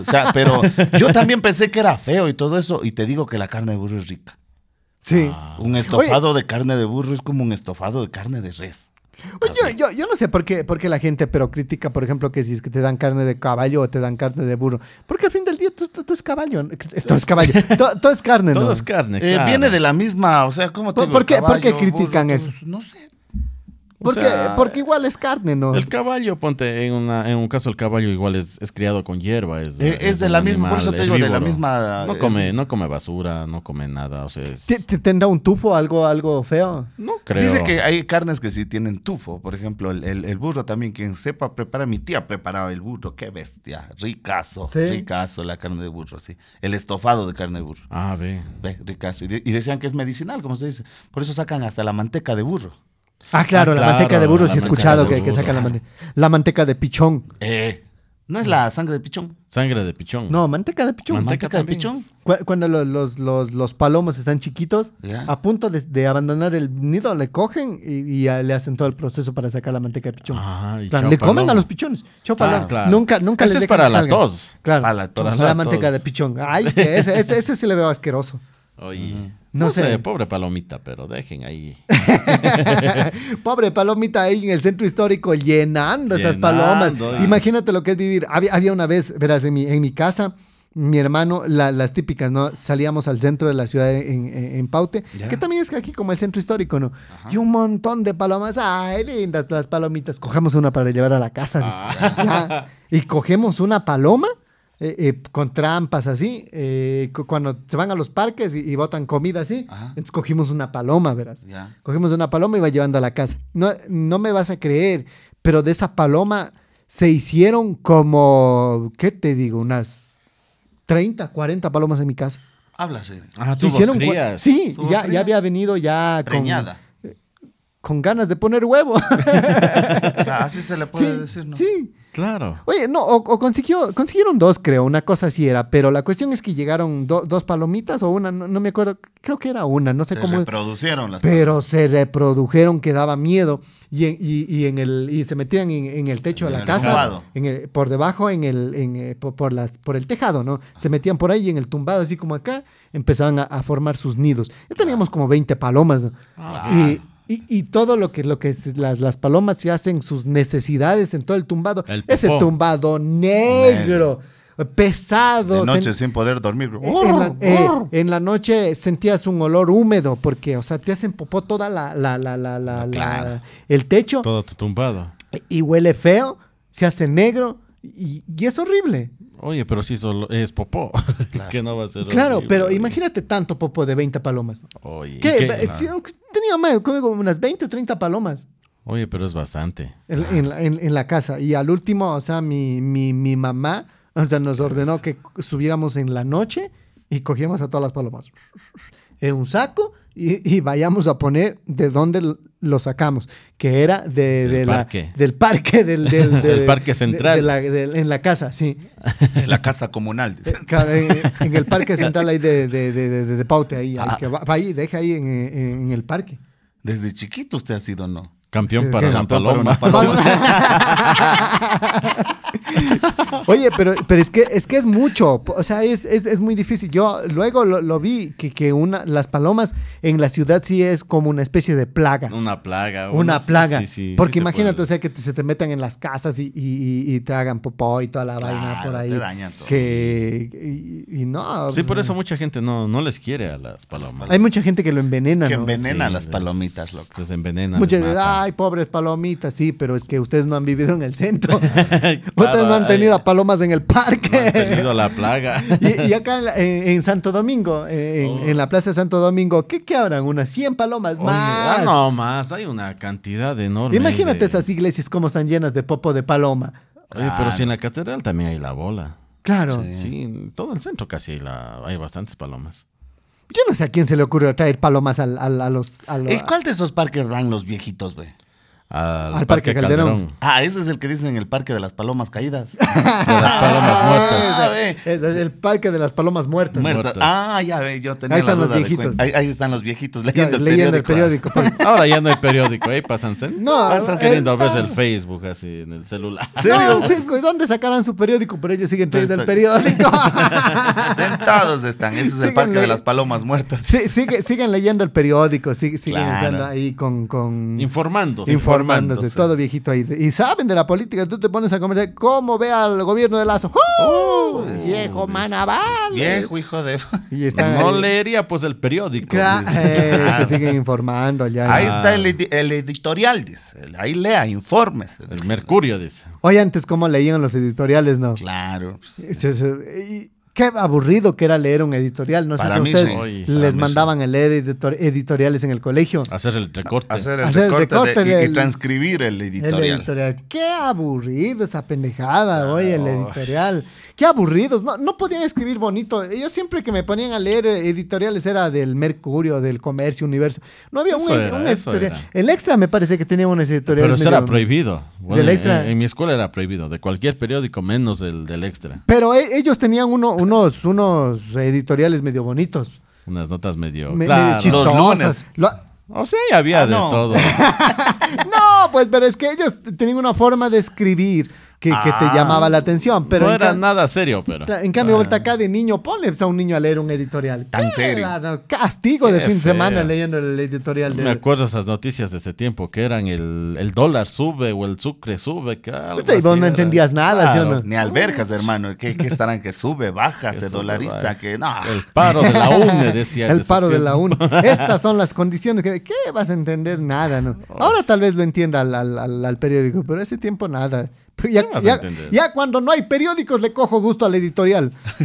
O sea, pero yo también pensé que era feo y todo eso. Y te digo que la carne de burro es rica.
[LAUGHS] sí.
Ah.
Un estofado de carne de burro es como un estofado de carne de res.
Pues yo, yo- yo no sé por qué, por qué la gente pero critica, por ejemplo, que si es que te dan carne de caballo o te dan carne de burro. Porque al fin del día tú, tú- tú es caballo. ¿no? Todo es
[LAUGHS]
caballo. Todo, todo es carne, ¿no?
Todo es carne,
Eh,
claro.
Viene de la misma, o sea, ¿cómo te
¿Por-
digo?
por qué- por qué critican
pues,
eso?
No sé.
Porque,
O sea,
porque igual es carne, ¿no?
El caballo, ponte, en, una, en un caso el caballo igual es, es criado con hierba. Es,
Eh, es de
un
la misma- por eso te digo, de la
herbívoro.
misma- eh,
No come, no come basura, no come nada, o sea, es-
¿Te, te tendrá un tufo, algo, algo feo?
no creo.
Dice que hay carnes que sí tienen tufo. Por ejemplo, el, el- el burro también. Quien sepa, prepara. Mi tía preparaba el burro. Qué bestia. Ricazo.
Sí.
Ricazo la carne de burro, sí. El estofado de carne de burro.
Ah, ve.
Ve, ricazo. Y, de- y decían que es medicinal, como se dice. Por eso sacan hasta la manteca de burro.
Ah, claro,
Ah,
la
claro,
manteca de burro,
la
sí he
manteca
escuchado
de
que, que
burro,
sacan la
claro.
manteca. La manteca de pichón.
Eh. No es la sangre de pichón.
Sangre de pichón.
No, manteca de pichón.
Manteca
Manteca
también.
de pichón.
Cu- Cuando lo- los, los- los palomos están chiquitos,
Ya.
a punto de, de abandonar el nido, le cogen y, y ya le hacen todo el proceso para sacar la manteca de pichón.
Ah, y
Claro,
chao,
le comen
paloma.
a los pichones. Chao, paloma.
claro.
Nunca, nunca
Ese
les
es
dejan
para
que
la
salgan.
tos.
Claro,
Para la tos.
para
Para
la
la
manteca
tos.
de pichón. Ay, que ese, ese, ese sí le veo asqueroso.
Oye,
No
no, sé.
sé.
pobre palomita, pero dejen
[LAUGHS]
ahí.
[LAUGHS] Pobre palomita ahí en el centro histórico llenando, esas
Llenando,
palomas.
ah.
Imagínate lo que es vivir. Había, había una vez, verás, en mi, en mi casa, mi hermano, la- las típicas, ¿no? Salíamos al centro de la ciudad en, en- en Paute, que también es aquí como el centro histórico, ¿no? Y un montón de palomas. Ay, lindas las palomitas. Cojamos una para llevar a la casa. dice. Ya. Y cogemos una paloma. eh, eh, con trampas así, eh, cu- cuando se van a los parques y, y botan comida así, entonces cogimos una paloma, verás.
Ya.
Cogimos una paloma y va llevando a la casa. No, no me vas a creer, pero de esa paloma se hicieron como, ¿qué te digo? Unas 30, 40 palomas en mi casa.
Háblase.
Ah,
Se hicieron cua- Sí,
Tuvo
ya,
crías.
ya había venido ya con,
Preñada.
con ganas de poner huevo.
[LAUGHS] Ah, así se le
sí,
puede decir, ¿no?
sí.
Claro.
Oye, no, o, o consiguió, consiguieron dos, creo, una cosa así era, pero la cuestión es que llegaron do- dos palomitas o una, no, no me acuerdo, creo que era una, no sé
Se
cómo.
reproducieron las
pero se reprodujeron que daba miedo y, en- y- y en el y se metían en, en el techo de
En
la
el
casa
tumbado.
en el- por debajo en el en, eh, por, por las por el tejado no se metían por ahí y en el tumbado así como acá empezaban a, a formar sus nidos ya teníamos como 20 palomas ¿no?
Ah.
y, y- y todo lo que lo que se- las, las palomas se hacen sus necesidades en todo el tumbado
El
ese
popó.
tumbado negro, pesado
De
sen-
noche sin poder dormir.
en la, eh, en la noche sentías un olor húmedo porque, o sea, te hacen popó toda la, la, la, la, la- la- el techo
Todo tu tumbado.
y huele feo, se hace negro y, y es horrible.
Oye, pero sí solo es popó. [LAUGHS] que no va a ser.
claro,
horrible,
pero
oye.
imagínate tanto popó de 20 palomas.
Oye, ¿y
¿Qué?
qué?
Eh, sí, tenía más, como unas 20 o 30 palomas.
Oye, pero es bastante.
En, en la, en- en la casa. Y al último, o sea, mi, mi, mi mamá o sea, nos ordenó que subiéramos en la noche y cogíamos a todas las palomas en un saco y, y vayamos a poner de dónde l- lo sacamos, que era de,
Del
de la-
parque.
del parque, del, del-
[LAUGHS] Del
de-
parque
de-
central.
de la- de- en la casa, sí.
En la casa comunal.
Eh, claro, en, en el parque central ahí de, de, de, de-
Ah.
de Paute, ahí, ahí que va, va ahí, deja ahí en, en- en el parque.
Desde chiquito usted ha sido, ¿no?
Campeón
Sí,
para
que
la
campeón para
paloma.
una paloma.
[LAUGHS]
Oye, pero, pero es que es que es mucho, o sea, es, es, es muy difícil. Yo luego lo, lo vi que, que una, las palomas en la ciudad sí es como una especie de plaga.
[LAUGHS] Una plaga.
Una
Mm, bueno, sí,
plaga.
sí, sí,
Porque
sí se
imagínate,
puede.
o sea, que te- se te metan en las casas y, y- y- y te hagan popó y toda la vaina por ahí.
te dañan todo.
Que, y, y no.
Sí,
o
por
sea,
eso mucha gente no, no les quiere a las palomas.
pues, Hay mucha gente que lo envenena,
Que
¿no?
envenena
Sí,
las
les-
palomitas, loco.
Les envenena.
Mucha
les [LAUGHS] mata.
ay, pobres palomitas, sí, pero es que ustedes no han vivido en el centro.
[LAUGHS] Claro,
[LAUGHS] ustedes no han tenido
ay,
a palomas en el
no
[LAUGHS]
han
parque.
tenido la plaga.
y, y acá en, la- en- en Santo Domingo, eh, en, en- en la Plaza de Santo Domingo, ¿qué, qué habrán? Unas 100 palomas
Oh. Oye,
más.
ah, no, más. Hay una cantidad enorme.
Imagínate
de-
esas iglesias como están llenas de popo de paloma.
Oye, pero si en la catedral también hay la bola.
Claro.
Sí, en todo el centro casi hay, la- hay bastantes palomas.
Yo no sé a quién se le ocurrió traer palomas al- al- a los. a lo-
¿Y
[LAUGHS]
cuál de esos parques van los viejitos, güey?
Al,
Al Parque
Parque Calderón.
Calderón.
Ah, ese es el que dicen el parque de las palomas [LAUGHS] caídas.
de las palomas muertas.
Ah, ve.
Es el, el parque de las palomas muertas.
Muertas.
muertas.
Ah, ya ve, yo tenía
Ahí
la
están los
duda de
viejitos.
cuenta. Ahí, ahí están los viejitos
Ya,
leyendo, el,
leyendo el
periódico.
periódico. pues.
Ahora ya no hay periódico, ¿eh? ahí pasan.
[LAUGHS]
cen-
No,
pasan
el-
queriendo ver el Facebook así [LAUGHS] en el celular.
No, sí, güey, ¿Dónde sacarán su periódico? Pero ellos siguen trayendo el periódico.
[LAUGHS]
[LAUGHS] Sentados están. Ese es el
Siguen
parque de
leyendo.
las palomas muertas.
Sí, sigue- siguen leyendo el periódico, sig- siguen
Claro.
estando ahí con, con
[LAUGHS] Informándose.
informándose,
informándose.
todo viejito ahí. Y saben de la política, tú te pones a conversar, ¿cómo ve al gobierno de Lazo? ¡Oh! viejo manabal.
Uh, Viejo, hijo de. [LAUGHS]
Y están
no
ahí.
leería pues el periódico.
Cla- [LAUGHS] eh, se siguen informando ya.
Ahí está el, edi- el editorial, dice. Ahí lea, informes.
El Mercurio dice.
Hoy antes cómo leían los editoriales, ¿no?
Claro. pues,
Se- se- y Qué aburrido que era leer un editorial. No sé
Para
si a
mí
ustedes
sí.
Oye,
para mí
les
sí.
mandaban a leer editor- editoriales en el colegio.
Hacer el recorte.
Hacer el
Hacer el
recorte,
recorte
de- y- y,
del-
transcribir el editorial.
El editorial. Qué aburrido esa pendejada, oye, el editorial. Qué aburridos. No, no podían escribir bonito. Yo siempre que me ponían a leer eh, editoriales era del Mercurio, del Comercio, Universo. No había un,
Eso era,
un
eso
editorial.
era.
El Extra me parece que tenía unas editoriales.
Pero eso era
medio-
prohibido. Bueno,
Del
en-
extra.
En, mi escuela era prohibido. De cualquier periódico menos el del extra.
Pero e- ellos tenían uno, unos, unos editoriales medio bonitos.
Unas notas medio.
me- medio
claro.
chisto-
chistosas. Lo-
o sea, ahí había
Ah,
de
no.
todo.
No, pues, pero es que ellos tenían una forma de escribir que, que te
Ah.
llamaba la atención. [LAUGHS] Pero
no
en
era
ca-
nada serio, pero.
Cla- En cambio, vuelta acá de niño, ponle pues, a un niño a leer un editorial.
Tan
Qué
serio.
raro, Castigo de
Qué
fin de
feo.
semana leyendo el editorial
Me
de.
acuerdo esas noticias de ese tiempo que eran el, el dólar sube o el sucre sube. Que algo
Puta, y vos
así
no
era.
entendías nada, ¿sí o no?
Ni alberjas, hermano. ¿Qué, qué estarán? Que sube, baja,
Que
se
sube,
dolariza,
baja.
que no.
Ah, El paro de
[LAUGHS]
la UNE, decía. en
El
ese
paro de la
tiempo. [LAUGHS]
UN. Estas son las condiciones. Que, ¿Qué vas a entender? Nada, ¿no? Ahora tal vez lo entienda al, al- al- al periódico, pero ese tiempo nada. Pero ya,
¿Qué vas a
ya-
entender?
ya cuando no hay periódicos le cojo gusto al
[LAUGHS]
editorial. [LAUGHS]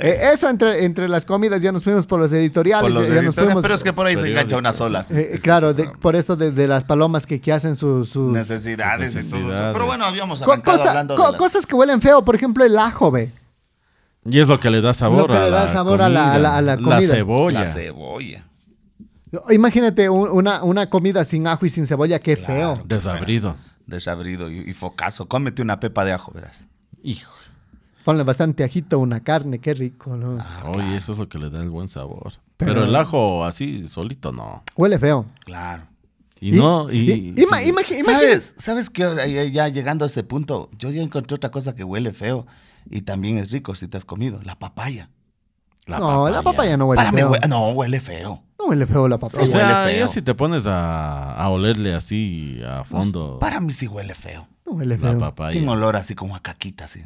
Eh, Eso entre, entre las comidas ya nos fuimos por los editoriales.
Por los
ya nos
editoriales,
fuimos-
pero es que por ahí se
periódicos.
engancha una sola. sí,
Eh,
sí, sí,
claro,
sí,
de- por esto de, de las palomas que, que hacen sus... sus-
necesidades, y todo eso.
necesidades.
Pero bueno, habíamos
co-
arrancado
cosa-
hablando
co-
de las-
cosas que huelen feo, por ejemplo el ajo, ve.
[LAUGHS] Y es lo que le da sabor,
Lo que
a,
le da
la
sabor
comida,
a la- a la- a la comida.
cebolla.
la cebolla.
Imagínate un- una, una comida sin ajo y sin cebolla, qué feo.
Desabrido.
Desabrido y, y focazo. Cómete una pepa de ajo, verás.
Hijo.
Ponle bastante ajito, una carne, qué rico, ¿no?
Ah.
Oye, eso es lo que le da el buen sabor.
Pero-
Pero, el ajo así solito no.
Huele feo.
Claro.
Y, no, y,
ima-
sí.
imagi- imagi-
¿Sabes? ¿Sabes qué? Ahora Ya, ya llegando a ese punto, yo ya encontré otra cosa que huele feo y también es rico si te has comido. La papaya.
no, la papaya no huele
Para mí
feo.
hue- no, huele feo.
No huele feo la papaya.
O sea,
huele feo.
ya si te pones a, a olerle así a fondo
Para mí sí huele feo.
no huele
la
feo.
Tiene
papaya.
olor así como a caquita, sí.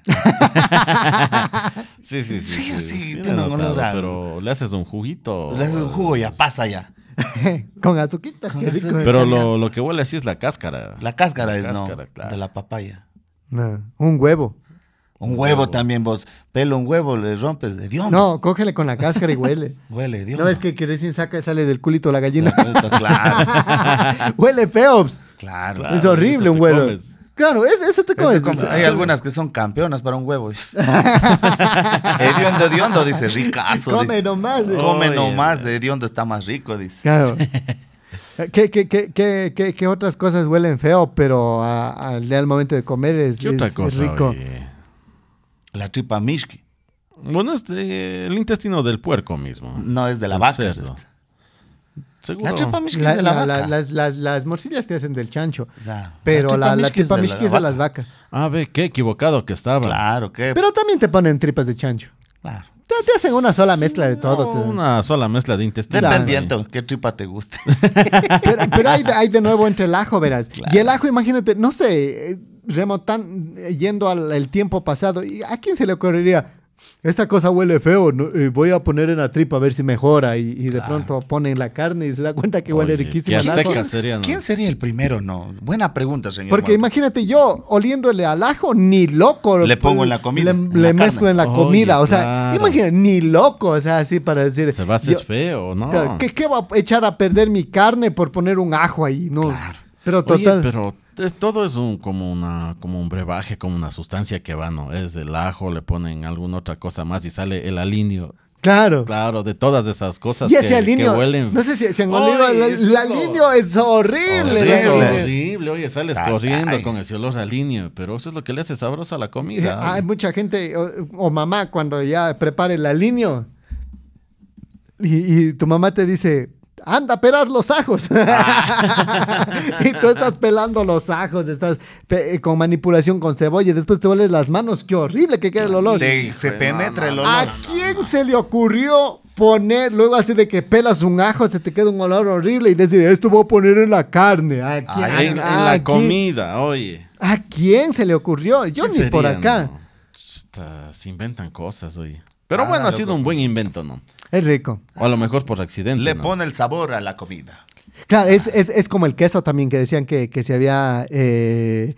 Sí, sí, sí.
Sí, sí,
le he
tiene un
notado,
olor a-
Pero le haces un juguito.
Le haces un jugo y ya pasa ya.
[LAUGHS] Con azuquita,
Con
qué rico. eh.
azuquita.
Pero lo, lo que huele así es la cáscara.
La cáscara
La
es
cáscara,
no,
claro.
de la papaya.
No, un huevo.
Un huevo, también vos. Pelo un huevo, le rompes. de
No, cógele con la cáscara y huele.
Huele, [LAUGHS] Dios.
¿No ves que, que recién saca y sale del culito la
[LAUGHS]
gallina? [LAUGHS]
Claro,
huele feo. ps.
claro.
es
Ah, eso
horrible
te
un huevo.
comes.
Claro, es- eso te comes.
Eso como- hay
Eso-
algunas que son campeonas para un huevo.
[LAUGHS]
hediondo, hediondo, dice, ricazo.
Come
dice.
nomás, eh.
Come
Oye,
nomás, hediondo está más rico, dice.
[LAUGHS]
Claro. ¿Qué, qué, qué, qué, qué- qué otras cosas huelen feo, pero a- al al momento de comer es,
¿Qué
es-
otra
es
cosa?
rico?
oye?
La tripa mishki.
Bueno, este, el intestino del puerco mismo.
No, es de la
Del
vaca.
cerdo.
es esta.
Seguro.
La chupa mishkis
La-
de la,
la- la-
vaca.
las, las- las morcillas te hacen del chancho.
Ya,
Pero
la
la, la
chupa
tripa
mishkis de la
mishki es de las
vaca.
vacas.
Ah, ve, qué equivocado que estaba.
Claro, que.
Pero también te ponen tripas de chancho. [LAUGHS]
claro.
Te, te hacen una sola mezcla de todo. te-
Una sola mezcla de intestinos.
Dependiendo qué tripa te guste.
Pero, pero hay, de- hay de nuevo entre el ajo, verás. Y el ajo, imagínate, no sé, eh, remontan eh, yendo al el tiempo pasado. ¿y ¿A quién se le ocurriría? Esta cosa huele feo, no- eh, voy a poner en la tripa a ver si mejora. Y, y de pronto ponen la carne y se da cuenta que huele
Oye,
riquísimo.
qué
al ajo.
azteca sería, ¿no?
¿Quién sería el primero? No. Buena pregunta, señor.
Porque
Mauro.
imagínate yo oliéndole al ajo, ni loco.
Le pongo en la comida,
Le,
en
le
la
mezclo
carne.
en la
Oye,
comida. O sea,
claro.
imagínate, ni loco. O sea, así para decir.
Se va a hacer
yo-
feo, ¿no?
¿qué, qué va a echar a perder mi carne por poner un ajo ahí? No. Pero
Oye,
total.
pero te- todo es un como una como un brebaje, como una sustancia que va, ¿no? Es el ajo, le ponen alguna otra cosa más y sale el alinio.
claro.
Claro, de todas esas cosas
Y
que,
ese alinio.
que huelen.
No sé si se han olido.
Ay,
El,
eso
el
es lo-
alinio es horrible.
Horrible,
¿no?
horrible.
horrible. Oye, sales
Ah,
corriendo
caray.
con ese olor al alinio, pero eso es lo que le hace sabroso a la
Eh,
comida.
Hay mucha gente, o, o mamá, cuando ya prepara el alineo y, y tu mamá te dice, anda a pelar los ajos.
Ah.
[LAUGHS] y tú estás pelando los ajos, estás pe- eh, con manipulación con cebolla y después te vuelves las manos. Qué horrible que queda el olor.
Te- se
Pues,
penetra el olor.
¿A quién se le ocurrió poner, luego así de que pelas un ajo, se te queda un olor horrible y decir, esto voy a poner en la carne? ¿A quién,
Ay, en, en
a
la
quién-
comida, oye.
¿A quién se le ocurrió? Yo
¿Qué
ni por
sería,
acá. Ah,
no? Chuta, se inventan cosas, oye. Pero bueno, ha
pues
sido un buen invento, ¿no?
Es rico.
O a lo mejor por accidente.
Le
¿no?
pone el sabor a la comida.
Claro, es, es, es como el queso también que decían que, que se había eh,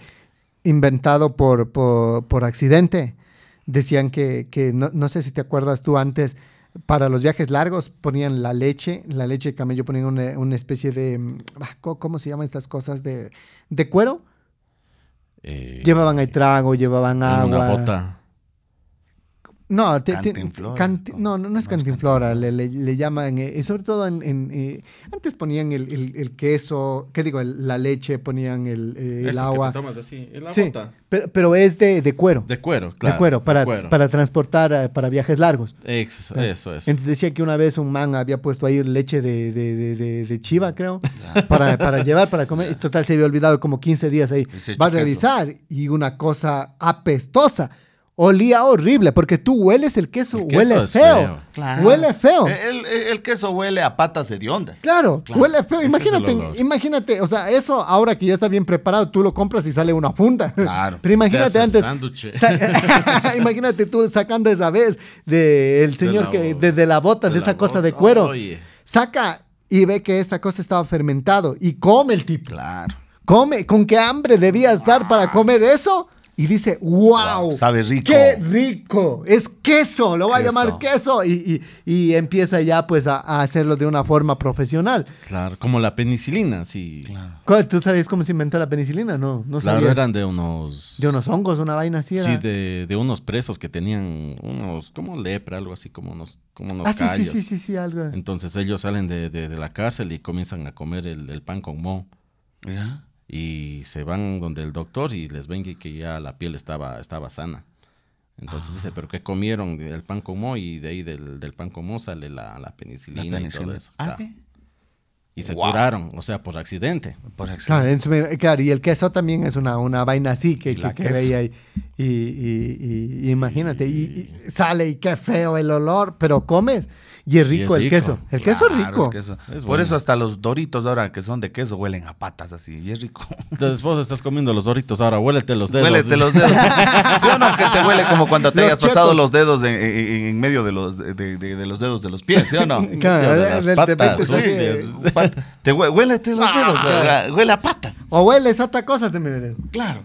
inventado por, por, por accidente. Decían que, que no, no sé si te acuerdas tú antes, para los viajes largos ponían la leche, la leche de camello ponían una, una especie de, mm, ah, co- ¿cómo se llaman estas cosas? De, de cuero.
Eh,
Llevaban ahí trago, llevaban
en
agua.
una bota.
No, te- te-
Cantinflora,
canti- no,
¿no?
no, no es cantinflora, le, le- le llaman, eh, eh, sobre todo en, en, eh, antes ponían el, el- el queso, ¿qué digo? El- la leche, ponían el, eh, el
Eso que
agua.
te tomas así, en la
Sí,
bota.
pero, pero es de, de cuero, de,
De cuero, claro.
cuero, para,
cuero.
para Eh, transportar, eh, para viajes largos.
Ex- eso es.
Entonces decía que una vez un man había puesto ahí leche de, de- de- de- de chiva,
[LAUGHS]
creo, para, para llevar, para comer. Y total, se había olvidado como 15 días ahí.
Y se
Va a
echó queso.
revisar y una cosa apestosa. Olía horrible, porque tú hueles el queso,
El queso
huele
es
feo.
feo.
Huele feo.
El, el- el queso huele a patas hediondas.
Claro,
Claro,
huele feo.
ese es el
Imagínate,
olor.
imagínate, o sea, eso ahora que ya está bien preparado, tú lo compras y sale una funda.
Claro.
[LAUGHS] Pero imagínate
Te
antes.
haces sándwich.
sa- [LAUGHS] imagínate tú sacando esa vez del señor
la
que
bo-
desde la bota, de,
de
esa
la
cosa de
bota,
cuero.
oye.
Saca y ve que esta cosa estaba fermentado y come el tipo.
Claro.
Come, ¿con qué hambre debía estar para comer eso? Y dice, wow,
Wow, sabe rico.
Qué rico. Es queso, lo va a
Queso.
llamar queso. Y, y- y empieza ya pues a, a hacerlo de una forma profesional.
Claro, como la penicilina, sí. Claro,
¿Cuál- ¿Tú sabías cómo se inventó la penicilina? No, no sabías.
eran de unos.
De unos hongos, una vaina así. era.
Sí, de, de unos presos que tenían unos. como lepra, algo así, como unos. como unos
ah, sí, sí,
callos.
sí, sí, sí, algo.
Entonces ellos salen de, de- de la cárcel y comienzan a comer el, el pan con mo. Y se van donde el doctor y les ven que, que ya la piel estaba, estaba sana. Entonces dice, ¿pero qué comieron? El pan con mo y de ahí del, del pan con mo sale la, la penicilina, Ah, y todo eso. Claro. Y se curaron, o sea, por accidente.
Por
Claro,
accidente.
en su- claro, y el queso también es una, una vaina así que, que,
la
que
queso.
veía ahí. Y, y- y- y imagínate, y, y sale y qué feo el olor, pero comes y es rico el
rico.
queso. El queso es
Claro,
rico.
queso.
Es
Por
bueno.
eso hasta los doritos ahora que son de queso huelen a patas así. Y es
[LAUGHS]
rico.
[LAUGHS] Entonces vos estás comiendo los doritos ahora, huélete los dedos.
Huélete los dedos. [LAUGHS] ¿Sí o no? Que te huele como cuando te
Los
hayas pasado
chetos.
los dedos en, en- en medio de los, de, de- de los dedos de los pies, ¿sí o no?
[LAUGHS] Claro,
De las
de- de- de
patas,
repente
sí,
así,
eh, pat- te hue- huélete
Ah,
los dedos, o sea, huele a patas.
O hueles otra cosa, te me verás.
[LAUGHS] Claro.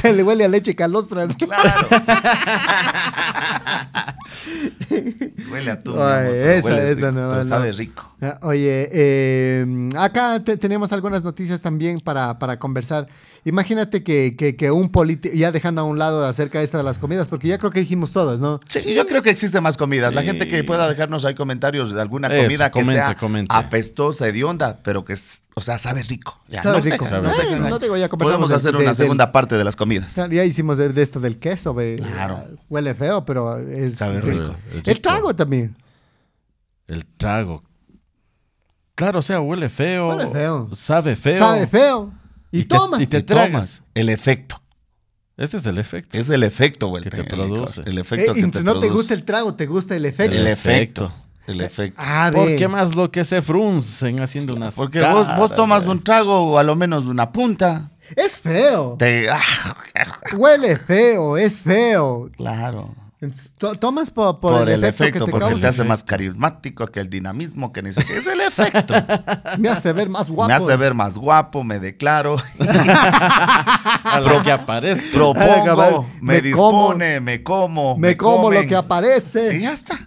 Te le huele a leche calostra.
[LAUGHS] Huele a tú.
Ay, esa- esa no, no.
sabe rico.
Ah, Oye, eh, acá te- tenemos algunas noticias también para, para conversar. Imagínate que, que- que un político, ya dejando a un lado acerca de esta de las comidas, porque ya creo que dijimos todos, ¿no?
Sí, yo creo que existe más comidas. La
Sí.
gente que pueda dejarnos ahí comentarios de alguna
Eso,
comida que
comente,
sea
comente.
apestosa, hedionda, pero que, es- o sea, sabe rico. Ya,
Sabe
nos
rico.
dejan, nos
Sabe
dejan
rico.
ahí.
No digo, ya conversamos
Podemos
del-
hacer
de-
una
del-
segunda parte de las
O
comidas.
sea, Ya hicimos de, de esto del queso, ve.
Claro.
Huele feo, pero es
Sabe rico.
El trago también.
El trago. Claro, o sea, huele feo.
Huele feo.
Sabe feo.
Sabe feo. Y,
te-
tomas.
y te
Te tomas
tragas.
el efecto.
Ese es el efecto.
Es el efecto, güey.
Que te
el- el-
produce.
El
Eh,
efecto
y
que Eh.
si no te
produce.
gusta el trago, te gusta el efecto.
el
El
efecto.
efecto.
El efecto.
Ah, ve.
¿Por qué más lo que se fruncen haciendo unas
Porque vos, vos
caras,
tomas
güey?
un trago o a lo menos una punta.
Es feo.
Te, ah,
Huele feo, es feo.
claro.
To- tomas po- por,
Por,
el, efecto, que te
porque te
causa.
hace más carismático, que el dinamismo, que ni sé qué. Es el efecto.
Me hace ver más [LAUGHS] guapo.
Me hace ver más guapo, me declaro,
A
[LAUGHS]
lo que aparezca.
propongo,
cabal,
me,
me
dispone, me como.
Me como
comen.
lo que aparece.
Y ya está.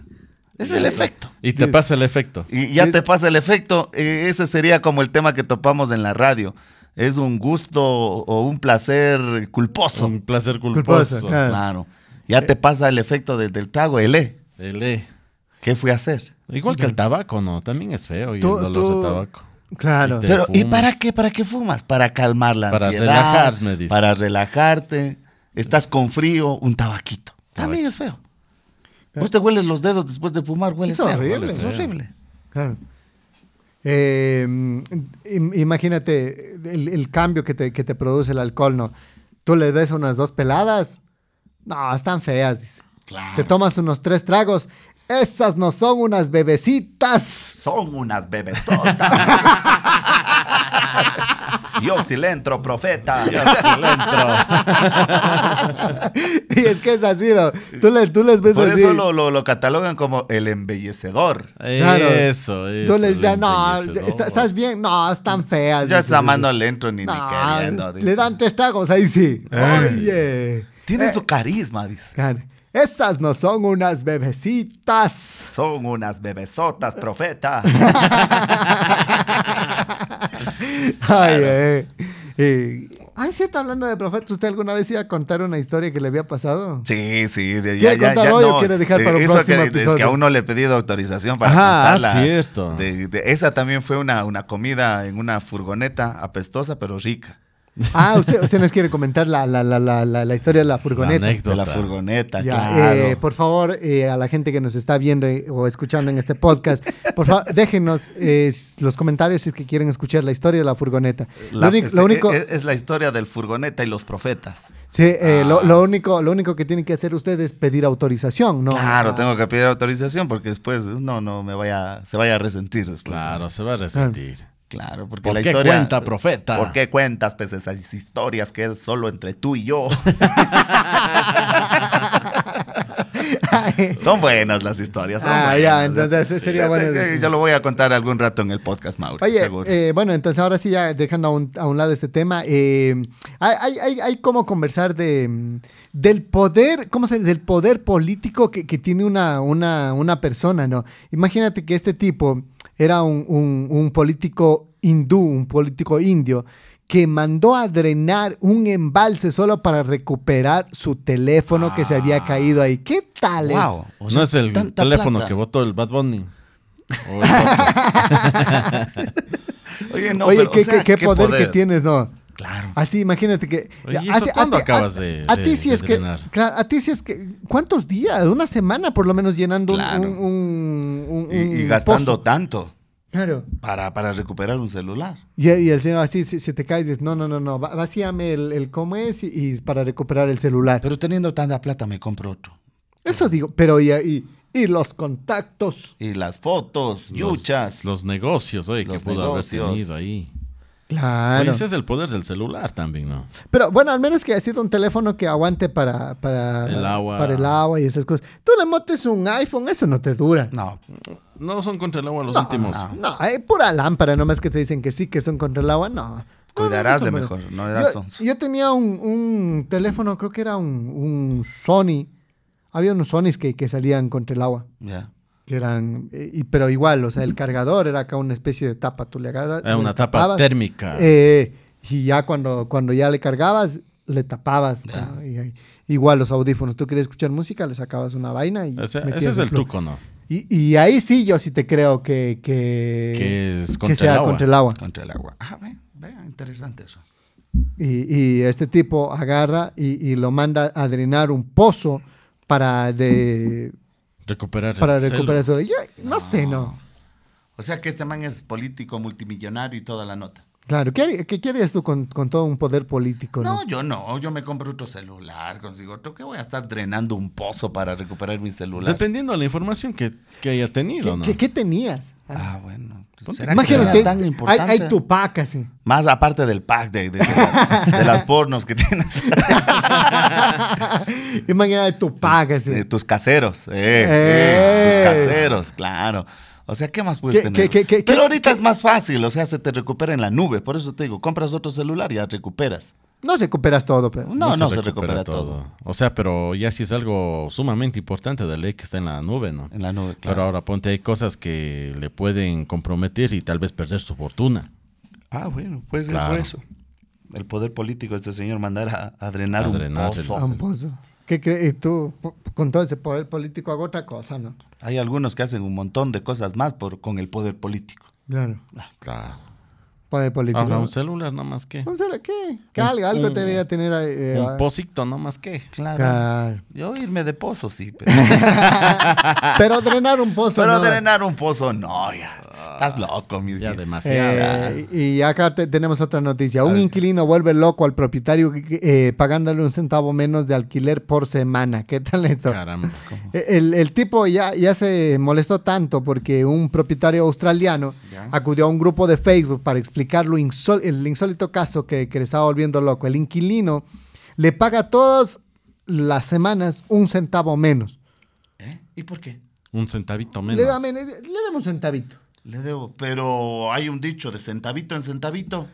Es el efecto.
Y te pasa el efecto.
Y ya te pasa el efecto. eh, Ese sería como el tema que topamos en la radio. Es un gusto o un placer culposo.
Un placer
Culposo,
culposo.
claro.
Claro. Ya
Eh.
te pasa el efecto desde el trago, el E.
El E.
¿Qué fui a hacer?
Igual que el tabaco, ¿no? También es feo y
Tú-
el dolor
tú-
de tabaco.
Claro.
Te
Pero, ¿y
fumas.
para qué? ¿Para qué fumas? Para calmar la
Para
ansiedad.
relajarme, dice.
Para relajarte. Estás con frío, un tabaquito. También es feo. Vos te hueles los dedos después de fumar, hueles
Es
feo.
horrible.
Es horrible.
Claro. Eh, im- imagínate el, el cambio que te, que te produce el alcohol, ¿no? Tú le ves unas dos peladas. No, están feas, dice. Te tomas unos tres tragos. Esas no son unas bebecitas. [LAUGHS]
Son unas bebesotas. Yo sí le entro, profeta.
y es que es así, ¿no? Tú, le- tú les ves
Por
así.
eso lo, lo- lo catalogan como el embellecedor.
Claro.
Eso, eso.
tú les
es
dices, no,
embellecedor".
está- estás bien. No, están feas.
Ya
dices,
esa
así.
mano le entro ni, ni
No,
queriendo. dice. Eh.
le dan Eh. tres tragos, ahí sí. Oye.
Tiene su carisma, dice.
Claro. Esas no son unas bebecitas.
[LAUGHS] Son unas bebesotas, profeta.
Ay, eh. Eh, ay, cierto, hablando de profetas, ¿usted alguna vez iba a contar una historia que le había pasado?
Sí, sí, de- ya,
¿Quiere
ya,
contar
ya
hoy o
no.
quiere dejar
Eh,
para un
eso
próximo
que, Es que
episodio?
aún no le he pedido autorización para
Ajá, ah,
contarla.
cierto.
De- de- esa también fue una, una comida en una furgoneta apestosa, pero rica.
Ah, usted, usted nos quiere comentar la, la, la, la, la, la historia de la furgoneta.
anécdota.
De la
Tota.
furgoneta,
Ya,
claro.
eh, por favor, eh, a la gente que nos está viendo eh, o escuchando en este podcast, por favor, déjenos eh, s- los comentarios si es que quieren escuchar la historia de la furgoneta.
La-
lo
eh,
único,
es,
lo único-
es- es la historia del furgoneta y los profetas.
sí, eh, lo,
Ah.
lo único, lo único que tienen que hacer ustedes es pedir autorización, ¿no?
Claro,
Ah,
tengo que pedir autorización porque después no, no me vaya, se vaya a resentir después.
Claro, se va a resentir.
Claro, porque
¿Por
la
qué
historia.
cuenta, profeta?
¿Por qué cuentas pues, esas historias que es solo entre tú y yo? [LAUGHS]
[LAUGHS]
Son buenas las historias. son
Ah, ya,
buenas.
entonces, ese sería
Ese-
bueno.
ese Yo lo voy a contar algún rato en el podcast, Mauro.
Oye,
seguro.
eh, bueno, entonces ahora sí, ya dejando a un, a un lado este tema, eh, hay, hay, hay, hay como conversar de, mm, del poder, ¿cómo se dice? Del poder político que, que tiene una, una, una persona, ¿no? Imagínate que este tipo era un, un- un político hindú, un político indio, que mandó a drenar un embalse solo para recuperar su teléfono que se había caído ahí. ¿Qué tal es?
Guau, o sea,
no es el
tanta
teléfono
plata.
que votó el Bad Bunny. O el Tota.
Oye, no,
Oye,
pero, o
qué,
sea,
qué- qué poder, que tienes, ¿no?
Claro.
Así, imagínate que.
Oye, ¿y
a-
eso
a-
cuándo
a- a-
acabas de-
A
de-
ti sí
de
es que.
drenar?
Claro, a ti sí es que. ¿Cuántos días? Una semana por lo menos llenando un-
Claro.
un, un- un-
Y, y
un
gastando
pozo.
tanto
Claro.
para, para recuperar un celular.
Y, y el señor así se, se te cae y dices: No, no, no, no, va- vacíame el, el cómo es y, y para recuperar el celular.
Pero teniendo tanta plata me compro otro.
Eso digo, pero y, y, y los contactos.
Y las fotos,
Los-
yuchas.
Los negocios, oye, que
Los
pudo
negocios.
haber tenido ahí.
Claro.
Oye, ese es el poder del celular también, ¿no?
Pero bueno, al menos que ha sido un teléfono que aguante para, para,
El agua.
para el agua y esas cosas. Tú le montes un iPhone, eso no te dura.
No,
No son contra el agua los
No,
últimos.
No, Ah. es pura lámpara, nomás que te dicen que sí, que son contra el agua, no.
Cuidarás de
son, pero-
mejor, no eras
yo,
sonso.
yo tenía un, un teléfono, creo que era un, un Sony. Había unos Sonys que, que salían contra el agua.
ya.
Que eran, eh, y- pero igual, o sea, el cargador era acá una especie de tapa. Tú le agarras.
Era Eh, una
les
tapa
tapabas,
térmica.
eh, y ya cuando, cuando ya le cargabas, le tapabas. ¿no? Y- y- igual los audífonos. Tú querías escuchar música, le sacabas una vaina y.
O sea,
metías
ese es el
plug.
truco, ¿no?
Y, y ahí sí, yo sí te creo que. Que,
Que es
que
contra el
sea
agua.
contra el agua.
Contra el agua. Ah, ve, ve, interesante eso.
Y, y este tipo agarra y, y lo manda a drenar un pozo para de.
Recuperar
para
el
recuperar
celo.
eso. Yo no, sé, no.
O sea que este man es político, multimillonario y toda la nota.
Claro, ¿qué, haría- qué querías tú con, con todo un poder político? No,
No, yo no, yo me compro otro celular, consigo otro, que voy a estar drenando un pozo para recuperar mi celular.
Dependiendo de la información que, que haya tenido,
¿Qué,
¿no?
qué- qué tenías?
Ah, bueno.
Ponte-
¿Será que será
Imagínate,
tan
hay,
importante?
hay Tupac así.
Más aparte del pack de, de- de la- de [LAUGHS] las pornos que tienes,
Imagínate Tupac así.
de tus caseros. eh,
Eh.
eh, tus caseros, claro. O sea, ¿qué más puedes
¿Qué-
tener?
qué- qué- qué-
Pero
qué-
ahorita es más fácil, o sea, se te recupera en la nube. Por eso te digo, compras otro celular y ya recuperas.
No recuperas todo, pero.
No, no, se, recupera, todo.
O sea, pero ya sí es algo sumamente importante de ley que está en la nube, ¿no?
En la nube, claro.
Pero ahora ponte, hay cosas que le pueden comprometer y tal vez perder su fortuna.
Ah, bueno, pues
Claro.
El poder político de este señor mandar a, a drenar
A
un
drenar el-
pozo.
Ah, un pozo. ¿Qué crees? Y tú, po- con todo ese poder político, hago otra cosa, ¿no?
Hay algunos que hacen un montón de cosas más por, con el poder político.
Claro.
Claro.
Poder político.
Ahora un celular, no más que.
No sé qué. Que algo, algo
Ah, un-
te debía tener. ahí, eh, ah,
Un posito, no más que.
Claro.
claro.
Yo irme de pozo, [LAUGHS] sí, pero,
ah. Pero drenar un pozo.
pero
no.
drenar un pozo, no, ya. Estás loco, mi
Ya
vida.
demasiado.
Eh, y acá te- tenemos otra noticia. Un inquilino vuelve loco al propietario eh, pagándole un centavo menos de alquiler por semana. ¿Qué tal esto?
Caramba.
Eh, El, el tipo ya, ya se molestó tanto porque un propietario australiano acudió a un grupo de Facebook para explicar lo insol- el insólito caso que, que le estaba volviendo loco. El inquilino le paga todas las semanas un centavo menos.
¿Eh? ¿Y por qué?
Un centavito menos.
Le, da, men- le damos un centavito.
Le debo, pero hay un dicho de centavito en centavito.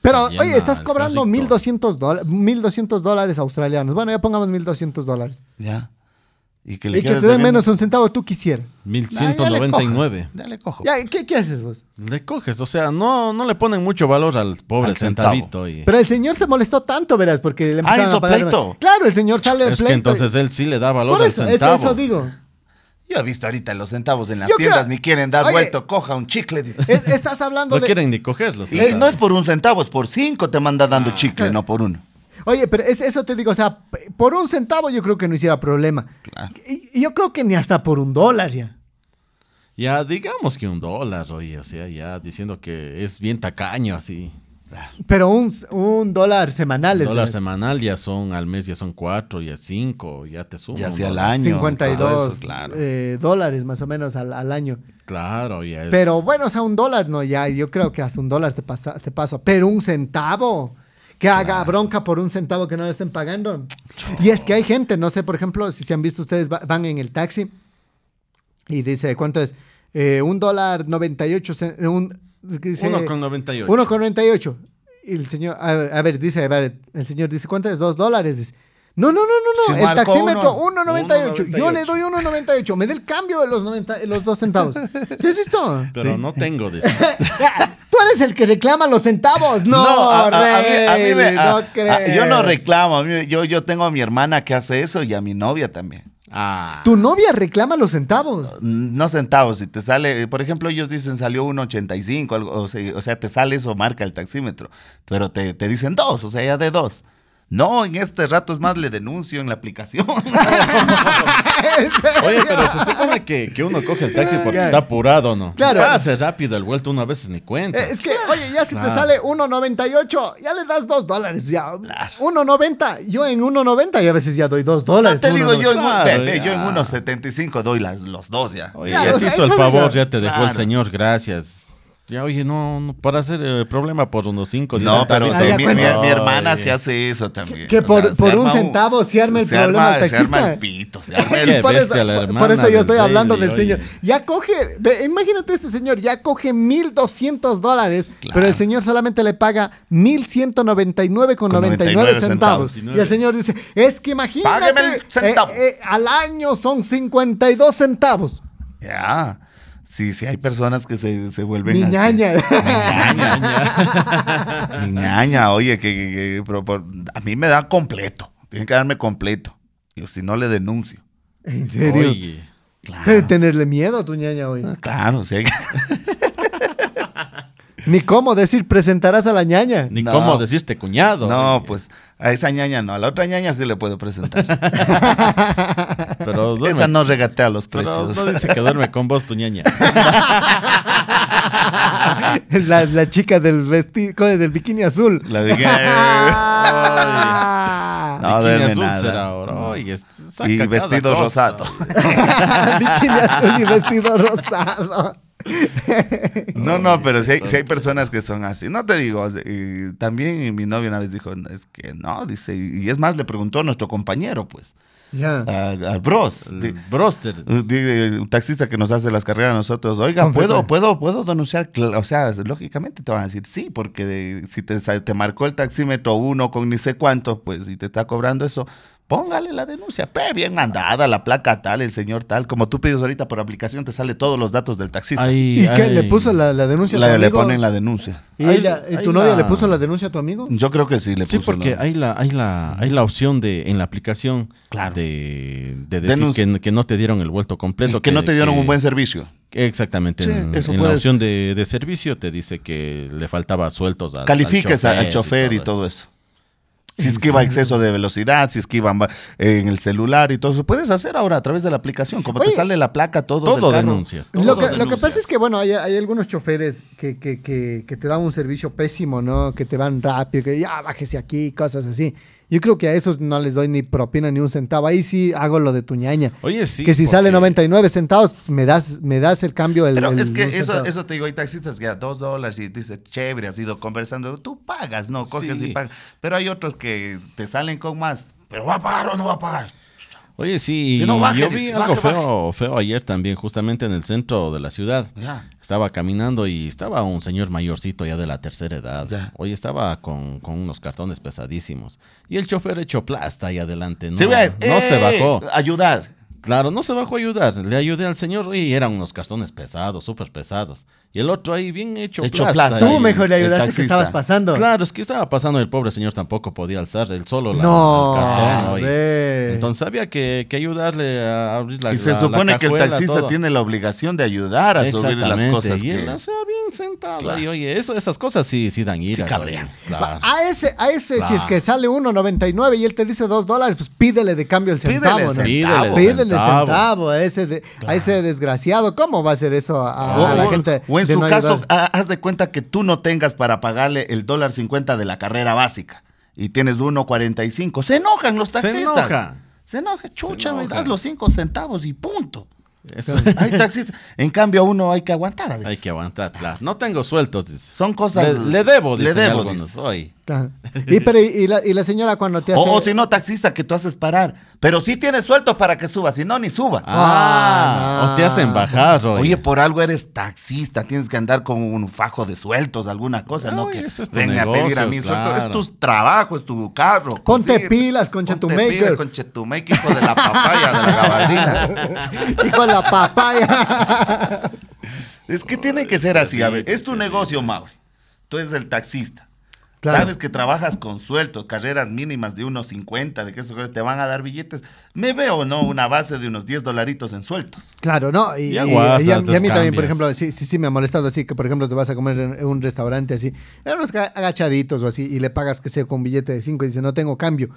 Pero,
Se
oye,
llena
estás
el
cobrando
carrito.
1.200 dola- 1.200 dólares australianos. Bueno, ya pongamos 1.200 dólares.
Ya. Y que le
Y que
quedes
te den
debiendo.
menos Ah, un centavo tú quisieras.
Ah,
1199.
Ya le cojo.
Ya, ¿qué, qué haces vos?
Le coges, o sea, no, no le ponen mucho valor al pobre
Al centavo.
centavito. y-
Pero el señor se molestó tanto, verás, porque le
Ah,
empezaron
hizo
a pagar.
pleito.
Claro, el señor sale en
es que
pleito.
entonces él sí le da valor
Por
al
eso, eso,
centavo.
eso digo.
Yo he visto ahorita los centavos en las
Yo creo-
tiendas, ni quieren dar
Oye.
vuelto. Coja un chicle, dice.
Es- estás hablando
[LAUGHS] No
de.
quieren ni cogerlos.
Eh,
Y no es por un centavo, es por cinco te manda dando
Ah,
chicle, no por uno.
Oye, pero es, eso te digo, o sea, p- por un centavo yo creo que no hiciera problema. Y, y yo creo que ni hasta por un dólar ya.
Ya digamos que un dólar, oye, o sea, ya diciendo que es bien tacaño así.
Pero un, un dólar semanal
Un
es.
dólar
verás.
semanal ya son, al mes ya son cuatro, ya cinco, ya te sumo.
Ya
un
sea al
dólar.
año. todo
52
eso, claro.
eh, dólares más o menos al, al año.
Claro, ya es.
Pero bueno, o sea, un dólar, no, ya, yo creo que hasta un dólar te, pasa, te paso. Pero un centavo. Que haga bronca por un centavo que no le estén pagando. Y es que hay gente, no sé, por ejemplo, si se han visto ustedes, va- van en el taxi y dice, ¿cuánto es? Eh, un dólar 98, cen- un, ¿qué dice?
Uno con 98.
Uno con 98. Y el señor, a, a ver, dice, a ver, el señor dice, ¿cuánto es? Dos dólares. Dice, no, no, no, no, no.
Se
el
marcó
taxímetro,
uno.
1.98. Yo
1.98.
le doy 1.98. Me da el cambio de los, 90, los dos centavos. ¿Sí has visto? Ah,
Pero no tengo.
[LAUGHS]
dice.
Tú eres el que reclama los centavos. No,
a- a- a mí- a mí me-
Rey,
a-
no
a-
creo.
yo no reclamo. a mí- yo, yo tengo a mi hermana que hace eso y a mi novia también.
Ah,
Tu novia reclama los
[LAUGHS]
centavos.
No centavos, si te sale, por ejemplo, ellos dicen salió 1.85, algo, o, sea, o sea, te sale eso, marca el taxímetro, pero te, te dicen dos, o sea, ya de dos. No, en este rato es más, le denuncio en
[LAUGHS]
la aplicación.
Ah,
Oye, pero se supone que, que uno coge el taxi porque
Ya.
está apurado, ¿no?
Claro.
Pase rápido el vuelto, una vez ni cuenta.
Eh, Es que, oye, ya si te sale 1.98, ya le das 2 dólares. Ya. 1.90. Yo en 1.90 y a veces ya doy 2
No
dólares.
[LAUGHS] te digo yo, en, un-
claro,
ve, ve, yo en
ya.
1.75 doy las, los dos ya.
Oye,
Claro,
ya
o
te
sea,
hizo el
eso
favor,
diga-
ya te dejó
Claro.
el señor, gracias. Ya, oye, no, no, para hacer eh, problema por unos cinco.
pues,
diez
No, pero
centavitos.
se-
mi, mi- mi-
Oye.
mi hermana se hace eso también.
que
o
por-
se
por un
arma
centavo se arma el problema al
Se arma
taxista.
el pito, se arma
[LAUGHS]
el
Qué
por, eso,
bestia la
por-
hermana
por eso
del
yo estoy hablando
Daily,
del señor.
oye.
Ya coge, ve, imagínate este señor, ya coge 1.200 dólares, pero el señor solamente le paga 1.199,99
99
centavos.
centavos.
Y el señor dice, es que imagínate,
Págueme el centavo.
eh, eh, al año son 52 centavos.
Ya. Sí, sí, hay personas que se, se vuelven. así.
Niñaña.
[LAUGHS]
Ñaña. Ñaña, oye, que, que- que- pero por- a mí me da completo. Tienen que darme completo. Digo, si no le denuncio.
[LAUGHS] en serio.
Oye,
Claro.
[LAUGHS]
[LAUGHS]
Debe tenerle miedo a tu ñaña hoy.
Claro, sí. hay que-
Ni cómo decir presentarás a la ñaña.
Ni
No.
cómo decirte cuñado.
No,
oye.
pues a esa ñaña no, a la otra ñaña sí le
[LAUGHS]
puedo presentar.
Pero duerme-
esa no regatea los
pero
precios.
no [LAUGHS] dice que duerme con vos, tu ñaña.
[LAUGHS] la, la chica del vestido, del bikini azul.
[LAUGHS] La
[LAUGHS]
dije, "Eh".
[LAUGHS]
Ah,
[LAUGHS] No,
Bikini
duerme
azul
nada.
será ahora. Oye, es- saca
Y
cada
vestido
cosa.
rosado.
bikini azul y vestido rosado.
No, no, pero si hay, sí hay personas que son así. No te digo, y también mi novio una vez dijo, es que no, dice, y es más, le preguntó a nuestro compañero, pues,
Ya.
al al Bros.
El
[LAUGHS] Di-
Broster.
di- un taxista que nos hace las carreras a nosotros, oiga,
Confirma.
¿puedo, puedo, puedo denunciar? Cla- O sea, lógicamente te van a decir sí, porque de- si te, sa- te marcó el taxímetro uno con ni sé cuánto, pues si te está cobrando eso, póngale la denuncia. Pe, bien mandada, la placa tal, el señor tal. Como tú pides ahorita por aplicación, te sale todos los datos del taxista.
Ay,
¿Y qué? ¿Le
ay.
puso la, la denuncia a
La-
tu
le
amigo?
ponen la denuncia.
¿Y
Ahí-
ella, eh,
ahí
tu novia
la-
le puso la denuncia a tu amigo?
Yo creo que sí le
Sí,
puso
porque
la-
hay la, hay la, hay la opción de en la aplicación
Claro.
de, de decir
Denunci-
que, que no te dieron el vuelto completo.
que, no te dieron un buen servicio.
Exactamente.
Sí,
en
eso
en la
puedes-
opción de, de servicio te dice que le faltaba sueltos al,
Califiques a- al chofer y todo eso. Si es que iba a exceso de velocidad, si es que iba en el celular y todo eso. Puedes hacer ahora a través de la aplicación. Como
Oye,
te sale la placa, todo.
Todo
del carro.
denuncia. todo
Lo que, lo que
denuncia.
pasa es que, bueno, hay, hay algunos choferes que, que, que, que te dan un servicio pésimo, ¿no? Que te van rápido, que ya bájese aquí, cosas así. Yo creo que a esos no les doy ni propina ni un centavo. Ahí sí hago lo de tu ñaña.
Oye, sí.
que si
porque-
sale 99 centavos, me das, me das el cambio. El,
Pero
el
es
un
que eso,
centavo.
eso te digo, hay taxistas que a dos dólares y tú dices, chévere, has ido conversando. Tú pagas, ¿no? Coges
Sí.
y pagas. Pero hay otros que te salen con más. ¿Pero va a pagar o no va a pagar?
Oye, sí.
Que no baje,
yo vi
dice,
algo
baje,
feo, feo ayer también, justamente en el centro de la ciudad.
Ya.
Estaba caminando y estaba un señor mayorcito ya de la tercera edad. Oye, estaba con, con unos cartones pesadísimos. Y el chofer hecho plasta ahí adelante. No,
¿Sí ves?
no se
¡Eh!
bajó.
Ayudar.
Claro, no se bajó a ayudar. Le ayudé al señor y eran unos cartones pesados, súper pesados. Y el otro ahí bien hecho,
Hecho
plasta.
plasta.
Tú
ahí.
mejor le
el
ayudaste que
taxista.
estabas pasando.
Claro, es que estaba pasando el pobre señor tampoco podía alzar él solo la,
No,
el cartón,
a
oye.
ver.
Entonces había que, que ayudarle a abrir la
y se
la- la
supone que el
cajuela,
taxista
todo.
tiene la obligación de ayudar a subir las
Exactamente,
cosas.
y él,
que-
o sea, bien sentado
Claro.
ahí, oye, eso, esas cosas sí, sí dan ira.
cabrean. ah,
A ese, a ese si es
Claro.
que sale 1.99 y él te dice 2 dólares, pues pídele de cambio el
Pídele
centavo, ¿no?
centavo.
Pídele,
Pídele
centavo.
centavo a ese, de- a ese desgraciado. ¿Cómo va a hacer eso a, a
O-
Ah, la
o-
gente?
O en
de
su
no
caso,
ayudar?
ha- haz de cuenta que tú no tengas para pagarle el dólar 50 de la carrera básica y tienes 1.45. Se enojan los
Se
taxistas.
enoja.
Se enoja, chucha, me
enoja.
das los 5 centavos y punto.
Eso.
Hay taxistas. En cambio, a uno hay que aguantar a veces.
Hay que aguantar, claro. No tengo sueltos, dice.
Son cosas.
Le, le debo,
Le
dicen
debo.
algunos,
dice.
oye.
Ajá. Y, pero, y, y la, y la señora cuando te hace...
O, o si no, taxista que tú haces parar. Pero sí tienes sueltos para que suba, si no, ni suba.
Ah,
no.
o te hacen bajar, oye.
Oye, por algo eres taxista, tienes que andar con un fajo de sueltos, alguna cosa,
Ah,
¿no?
oye,
Que
ese es tu
venga a pedir a
negocio,
mí
claro.
sueltos. Es tu trabajo, es tu carro.
Ponte
consíguete.
pilas, concha tu
Ponte
maker.
pilas, concha tu maker, hijo de la papaya, de
[LAUGHS]
la gabardina.
[LAUGHS] Hijo de la papaya.
Es que tiene que ser así, a ver, es tu negocio, Mauri. Tú eres el taxista.
Claro.
Sabes que trabajas con sueltos, carreras mínimas de unos 50, de que eso te van a dar billetes. Me veo, ¿no? Una base de unos 10 dolaritos en sueltos.
Claro, no. Y,
Y
y-
aguantas,
y a, y a mí
descambias.
también, por ejemplo, sí, sí, sí me ha molestado así, que por ejemplo te vas a comer en un restaurante así, en unos ga- agachaditos o así, y le pagas, que sea, con billete de 5 y dice, no tengo cambio.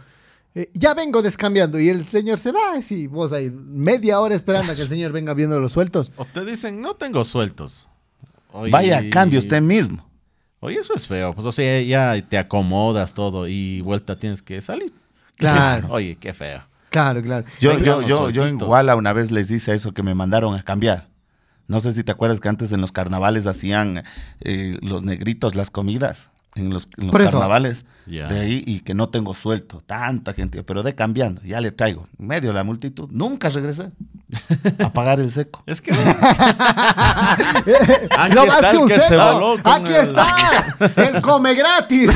Eh, ya vengo descambiando y el señor se va, así, vos ahí media hora esperando a que el señor venga viendo los sueltos.
O te dicen, no tengo sueltos. Oye,
Vaya, cambio usted mismo.
Oye, eso es feo. Pues, o sea, ya te acomodas todo y vuelta tienes que salir.
Claro.
[LAUGHS] Oye, qué feo.
Claro, claro.
Yo,
Vengan
yo,
los
yo, yo en
sueltitos.
Guala una vez les hice eso que me mandaron a cambiar. No sé si te acuerdas que antes en los carnavales hacían eh, los negritos las comidas. En los, en los
Por eso.
carnavales
Ya.
de ahí y que no tengo suelto, tanta gente, pero de cambiando, ya le traigo, en medio de la multitud, nunca regresé a pagar el
[LAUGHS]
seco.
Es que
¡No
está
baste
el
un
que se
seco!
voló con
¡Aquí
el-
está! ¡El come gratis!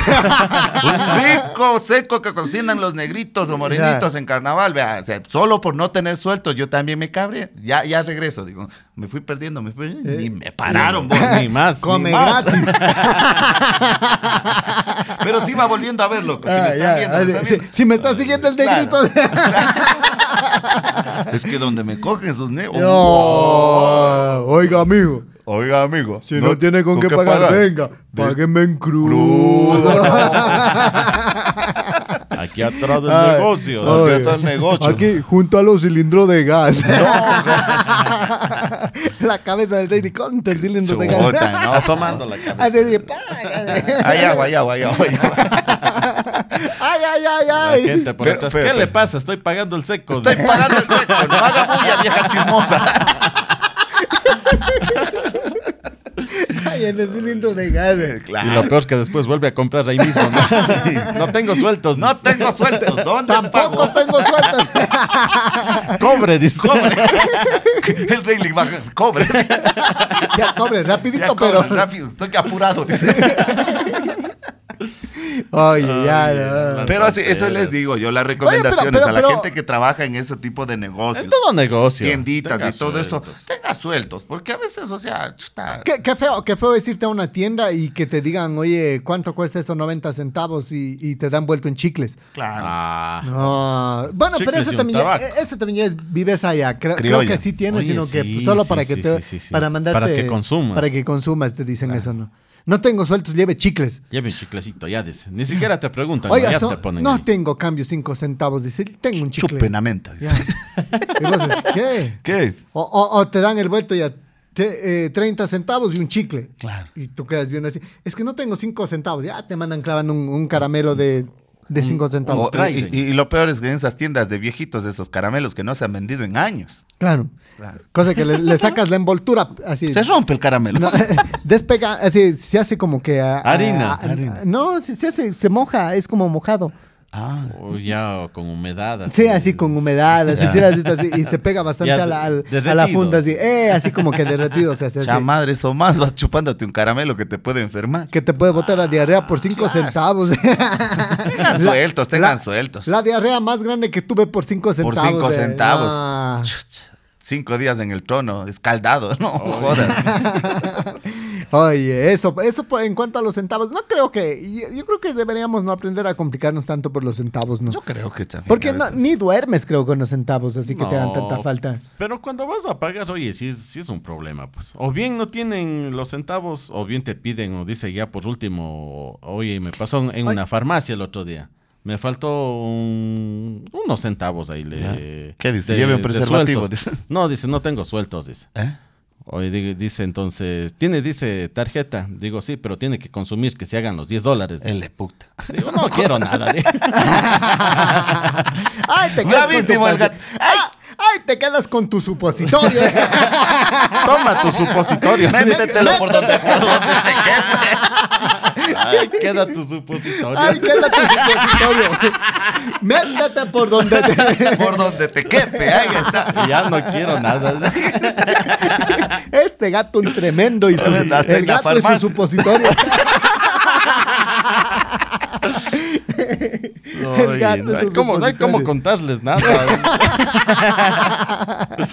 Un rico seco que cocinan los negritos o morenitos en carnaval, vea, o sea, solo por no tener suelto, yo también me cabré, ya, ya regreso, digo, me fui perdiendo, me fui,
Eh,
ni me pararon, vos,
pues,
[LAUGHS]
ni más.
[LAUGHS]
ni
¡Come
más.
gratis!
Pero sí va volviendo a verlo. Si me
Ah,
están
ya,
viendo, me
así,
están
si,
viendo.
si me está siguiendo el negrito. [LAUGHS]
Es que donde me cogen sus negros.
No, [LAUGHS] oiga, amigo.
Oiga, amigo.
Si no, tiene con, qué, pagar,
[LAUGHS]
venga,
Des-
páguenme en [LAUGHS] crudo.
Crudo.
Aquí atrás del
Ay.
negocio.
Ay.
Oye,
Aquí está el negocio.
Aquí, junto a los cilindros de gas. [LAUGHS] la cabeza del Daily Conte, el cilindro de gas.
Chuta, no.
Asomando la cabeza.
[LAUGHS] Así de, "Págale".
Hay agua, hay agua, hay agua. hay agua.
[LAUGHS] ay, ay, ay,
La
ay.
gente por
Pero-
atrás,
pero-
¿Qué
pero-
le pasa? Estoy pagando el seco.
Estoy pagando el seco. No haga bulla, vieja chismosa.
Ay, en el cilindro de gas.
Y lo
Claro.
peor es que después vuelve a comprar ahí mismo. No, No tengo sueltos.
No tengo sueltos. ¿Dónde
Tampoco
pago? [LAUGHS]
tengo suelta.
Cobre, dice.
El rey le baja.
[LAUGHS]
Cobre.
[LAUGHS] ya cobre, rapidito,
Ya cobran
pero.
rápido. Estoy apurado. dice.
Oye, ya, ya.
Pero así, eso les digo yo. Las recomendaciones
pero-
a la
pero-
gente que trabaja en ese tipo de negocios.
En todo negocio.
tienditas
Tenga
y todo
sueltos.
eso. Tenga sueltos. Porque a veces, o sea, chuta.
Qué, qué feo, qué feo es irte a una tienda y que te digan, oye, ¿cuánto cuesta eso? 90 centavos y, y te dan vuelto en chicles.
Claro.
Ah.
No. Bueno, pero
Chicles
eso
y un
también, ya,
tabaco.
eso también ya es vives allá. Creo, creo
Criolla.
que sí tienes,
Oye,
sino que
sí,
solo
sí,
para que
sí,
te,
sí, sí, sí.
para mandarte,
Para que consumas.
para que consumas, te dicen eso, ¿no? No tengo sueltos, lleve chicles.
Lleve un chiclecito, ya dice. Ni siquiera te preguntan.
Oiga,
ya
son-
te ponen
no
ahí.
tengo cambio cinco centavos, dice, tengo un chicle.
Chupenamenta.
Ya. Y vos
[LAUGHS]
dices, ¿qué?
¿Qué?
O, o- o te dan el vuelto ya te- eh, 30 centavos y un chicle.
Claro.
Y tú quedas viendo así. Es que no tengo 5 centavos. Ya te mandan clavando un, un caramelo de 5 centavos.
O- y, y- y lo peor es que en esas tiendas de viejitos, esos caramelos que no se han vendido en años.
Claro.
Claro.
Cosa que le,
[LAUGHS]
le sacas la envoltura así.
Se rompe el caramelo.
No, [LAUGHS] despega, así se hace como que. ah,
Harina.
ah, No, se, se hace, se moja, es como mojado.
[LAUGHS] Ah,
O Oh, ya o con humedad.
Sí, así con humedad, así, sí, así, así, y se pega bastante
Ya
a la, al- a la
derretido.
funda, así, eh, así como que derretido, o sea, se hace.
cha madre, eso más vas chupándote un caramelo que te puede enfermar.
que te puede botar la diarrea por 5 centavos. [LAUGHS]
Tengan
La-
sueltos, tengan
la-
sueltos.
La diarrea más grande que tuve por 5
Por
centavos.
cinco
eh.
centavos.
Ah.
Cinco días en el trono, escaldado. No,
[LAUGHS]
jodas.
Oye, eso, eso por- en cuanto a los centavos, no creo que, yo, yo creo que deberíamos no aprender a complicarnos tanto por los centavos, ¿no?
Yo creo que también
Porque
a
no-
veces-
ni duermes creo con los centavos, así que te dan
No,
tanta
[LAUGHS]
falta.
[LAUGHS] Pero cuando vas a pagar, oye, sí es, sí es un problema, pues. O bien no tienen los centavos, o bien te piden, o dice ya por último, oye, me pasó en una farmacia el otro día. Me faltó un- unos centavos ahí. Le,
Ah. ¿Qué dice? Lleve un preservativo,
sueltos.
dice.
No, dice, no tengo sueltos, dice.
¿Eh?
Oye, di- dice entonces, tiene, dice tarjeta. Digo, sí, pero tiene que consumir, que se hagan los 10 dólares. dice.
El
[LAUGHS]
de puta.
Digo, [LAUGHS] no quiero nada.
[LAUGHS]
digo.
Ay, te quedas con tu
Bravísimo el
par-
gato.
Ay, ay, te quedas con tu
[LAUGHS]
supositorio.
Toma tu supositorio.
Métetelo por donde, por donde te quepa.
Ay, queda tu supositorio.
Ay, quédate tu supositorio. Métete por donde te...
Por donde te quepe. Ahí está.
ya no quiero nada.
[LAUGHS] Este gato un tremendo y su,
Hasta en
el
la
gato y su
farmacia. [LAUGHS]
supositorio. El
Oye,
gato
no.
No hay, cómo, no hay cómo
[LAUGHS]
contarles nada. Pues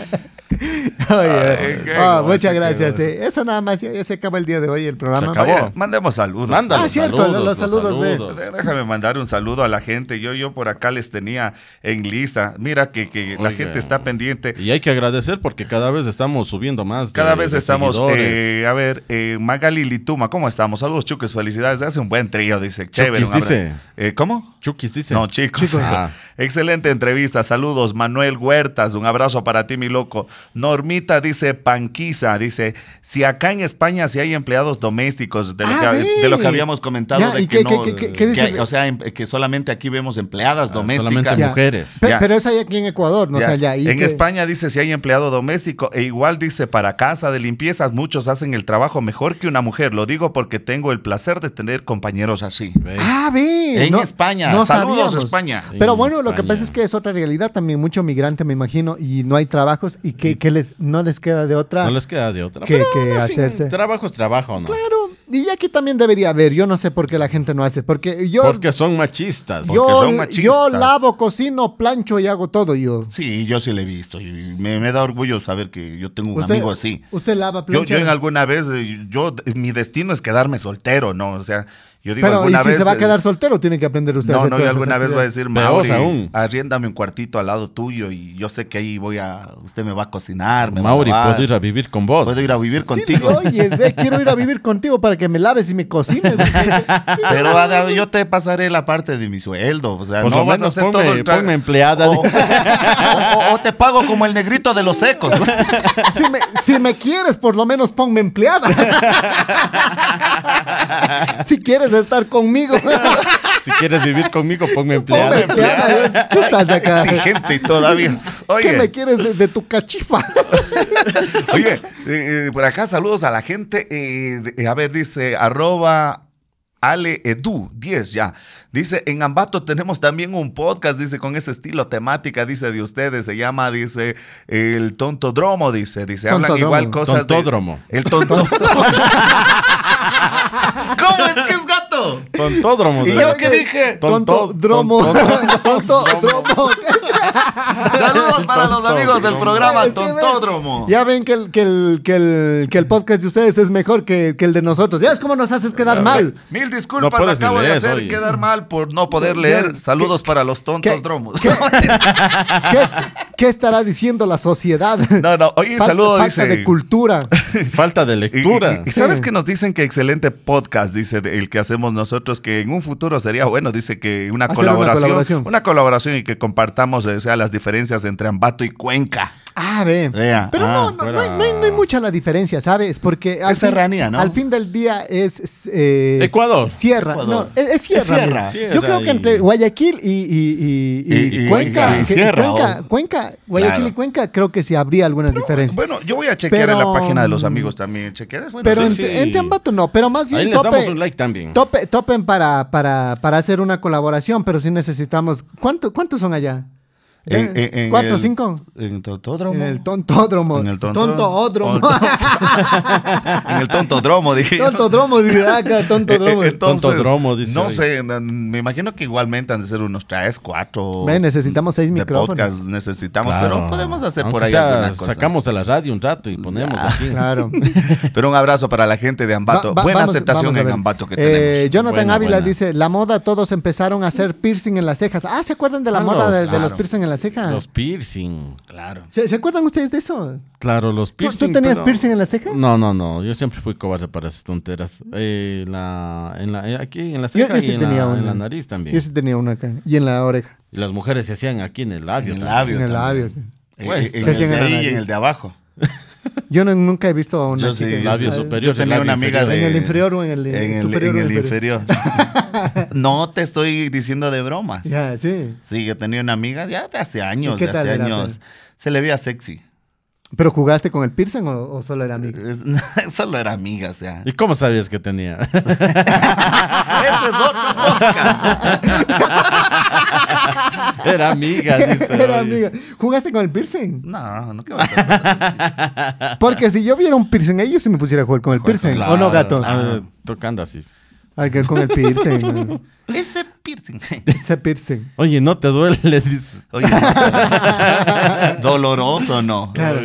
Oye,
Ay, qué
ah,
gozo,
muchas
qué
gracias.
gozo.
eh. Eso nada más, ya, ya se acaba el día de hoy el programa.
Se acabó.
Oye, Mandemos saludos.
Manda
Ah, cierto, los saludos, ve.
Eh, Déjame mandar un saludo a la gente. Yo, yo por acá les tenía en lista. Mira que, que la
Oiga.
gente está pendiente.
Y hay que agradecer porque cada vez estamos subiendo más. de-
Cada vez
de
estamos,
seguidores.
eh, a ver, eh, Magali Lituma, ¿cómo estamos? Saludos, Chuques, felicidades. Hace un buen trío, dice. Chévere.
Chuquis
un abrazo.
dice.
Eh, ¿Cómo?
Chukis dice.
No, chicos.
Chicos. Ah.
[LAUGHS] Excelente entrevista. Saludos, Manuel Huertas. Un abrazo para ti, mi loco. Normita dice, Panquiza, dice, si acá en España si hay empleados domésticos, de lo,
Ah,
que,
ve.
de lo que habíamos comentado,
Ya,
de
¿y
que
qué-
no,
qué- qué- qué
que hay-
dice?
o sea, em- que solamente aquí vemos empleadas
Ah,
domésticas.
solamente
Ya.
mujeres.
Pe-
ya.
Pero es ahí aquí en Ecuador, no
Ya.
o sea, ya ahí
en
que-
España dice si hay empleado doméstico e igual dice para casa de limpiezas muchos hacen el trabajo mejor que una mujer. Lo digo porque tengo el placer de tener compañeros así.
Ve.
Ah, ve.
En
no-
España.
no
Saludos
sabíamos.
España.
Sí,
Pero bueno, lo que
España.
pasa es que es otra realidad también. Mucho migrante, me imagino, y no hay trabajos y que, que les, no les queda de otra.
No les queda de otra.
Que-
Pero
que
aún así,
hacerse.
Trabajo es trabajo, ¿no?
Claro. Y aquí también debería haber. Yo no sé por qué la gente no hace. Porque yo,
Porque son machistas.
porque
yo,
son machistas.
yo lavo, cocino, plancho y hago todo yo.
Sí, yo sí le he visto. y me, me da orgullo saber que yo tengo un amigo así.
Usted lava,
Yo,
plancha.
eh, yo en alguna vez, eh, yo, mi destino es quedarme soltero, ¿no? O sea, Yo digo,
Pero, ¿y
alguna
si
vez,
se va a
eh,
quedar soltero? Tiene que aprender usted a
No,
hacer
no, yo
todas esas
alguna vez voy a
actividades.
decir,
Peor
Mauri,
aún.
arriéndame un cuartito al lado tuyo y yo sé que ahí voy a, usted me va a cocinar, me
Mauri,
va a lavar,
puedo ir a vivir con vos.
puedo ir a vivir contigo.
Sí, oye, ve, quiero ir a vivir contigo para que me laves y me
[LAUGHS]
cocines.
Pero Ada, yo te pasaré la parte de mi sueldo. O sea,
Por
no
lo
vas a
menos
hacer
ponme-
todo el tra- [LAUGHS] Oh.
ponme empleada.
O, o- o- o te pago como el negrito de los secos.
[LAUGHS] si, me, si me quieres, por lo menos ponme empleada. [LAUGHS] si quieres estar conmigo, ponme
Si quieres vivir conmigo, ponme empleada.
empleada. Tú estás acá.
Exigente todavía. Oye,
¿Qué me quieres de, de tu cachifa?
Oye, eh, eh, por acá saludos a la gente. eh, de- eh, a ver, dice arroba Ale Edu 10 ya. Dice, en Ambato tenemos también un podcast, dice, con ese estilo temática, dice, de ustedes. Se llama, dice, el tontodromo, dice. Dice, hablan
Tontodromo.
igual cosas. de-
Tontódromo.
el tontodromo. ¿Cómo es que es gato?
Tontódromo.
¿Y
de-
yo qué dije?
Tonto
Tonto-
dromo.
tonto-
Tonto dromo.
Saludos para los amigos del
Tontodromo.
programa
Sí, ven.
Tontódromo.
Ya ven que el, que el, que el, que el podcast de ustedes es mejor que, que el de nosotros. Ya ves cómo nos haces quedar mal.
[LAUGHS] Mil disculpas,
puedes
acabo de
leer,
hacer
oye.
quedar mal por no poder leer.
¿Qué-
Saludos para los tontos
qué-
dromos.
¿Qué, es- qué estará diciendo la sociedad?
[LAUGHS] No, no, oye,
Falta-
saludo,
falta
dice.
de cultura.
Falta de
Y- y-
lectura.
Y, sabes
Sí.
que nos dicen que excelente podcast, dice de- el que hacemos nosotros, que en un futuro sería bueno, dice que una
Hacer una
colaboración, una
colaboración.
colaboración. y que compartamos, eh, o sea, las diferencias entre Ambato y Cuenca.
Ah, ve.
Vea,
Pero
ah,
no, no, no hay, no hay- no hay mucha la diferencia, ¿sabes? Porque al,
Es serranía, ¿no?
al fin del día es... es, eh,
Ecuador.
Sierra.
Ecuador.
No, es, es sierra,
Es sierra.
mira.
Sierra
Yo creo que
y-
entre Guayaquil y, y- y- y
Y- y-
Cuenca...
y- y
que-
sierra,
Cuenca,
o-
Cuenca, Guayaquil
Claro.
y Cuenca creo que sí habría algunas diferencias.
Bueno, yo voy a chequear en
Pero-
la página de los amigos también. ¿Chequear? Bueno,
pero
sí,
entre,
sí.
sí.
entre Ambato no, pero más bien
Ahí les
tope,
damos un like también.
tope- topen para, para, para hacer una colaboración, pero sí necesitamos... ¿Cuánto, ¿Cuántos son allá?
En- en- en
¿Cuatro,
el-
cinco?
En Tontódromo.
En el tontódromo.
En el tonto-
Tontódromo. [LAUGHS]
En el Tontodromo, dije. yo.
Tontodromo, dice, ah,
[LAUGHS]
claro,
[LAUGHS]
tontodromo.
Eh, eh, entonces,
Tontodromo, dice
No
ahí.
sé, na- me imagino que igualmente han de ser unos tres, cuatro.
Ve, necesitamos seis
de
micrófonos.
podcast necesitamos,
Claro.
pero podemos hacer
Aunque
por ahí
sea,
alguna cosa.
Sacamos a la radio un rato y ponemos aquí.
Ah,
[LAUGHS]
Claro.
Pero un abrazo para la gente de Ambato.
Va- va-
Buena
vamos-
aceptación
vamos a
en
ver.
Ambato que
Eh,
tenemos.
Jonathan
Buena,
Ávila
buena.
dice, la moda, todos empezaron a hacer piercing en las cejas. Ah, ¿se acuerdan de la
Ah,
moda
los-
de, de los
claro.
piercing en las cejas?
Los piercing.
Claro.
¿Se, se acuerdan ustedes de eso?
Claro, los
¿Tú,
piercing.
tú tenías
pero-
piercing en la ceja?
No, no, no. Yo siempre fui cobarde para esas tonteras. Eh, la, en la, eh, aquí en la
Yo- yo
ceja y
sí
en,
tenía
la, en
una.
la nariz también.
Yo sí tenía una acá. Y en la oreja.
Y las mujeres se hacían aquí en el labio.
En el
también.
labio. Eh,
En el labio.
Pues,
en
se
el
hacían
de
en la
ahí y
nariz.
en el de abajo.
Yo no- nunca he visto a una
Yo
chica
sí,
que-
yo
Labio
Ah,
superior.
Yo tenía
labio
una amiga
inferior.
de.
¿En el inferior o en el
en el-
superior o
en
en el
el inferior?
[LAUGHS]
no te estoy diciendo de bromas.
Ya, sí.
Sí, yo tenía una amiga ya de hace años,
qué
de
tal
hace
era,
años. Se le veía sexy.
¿Pero jugaste con el piercing o, o solo era amigo?
Es- [LAUGHS] Solo era amiga,
[LAUGHS]
o sea.
¿Y cómo sabías que tenía?
Ese es otro podcast.
Era amiga, dice.
[LAUGHS] [LAUGHS] Era
oye.
amigo. ¿Jugaste con el piercing?
No, no, qué va a
Porque si yo viera un piercing ahí, yo sí me pusiera a jugar con el piercing. ¿O no, gato?
Ah, tocando así.
Ay, que con el piercing.
Ese
[LAUGHS]
piercing.
Ese piercing.
Oye, ¿no te duele? [LAUGHS] Dice.
Oye, doloroso, ¿no?
Claro.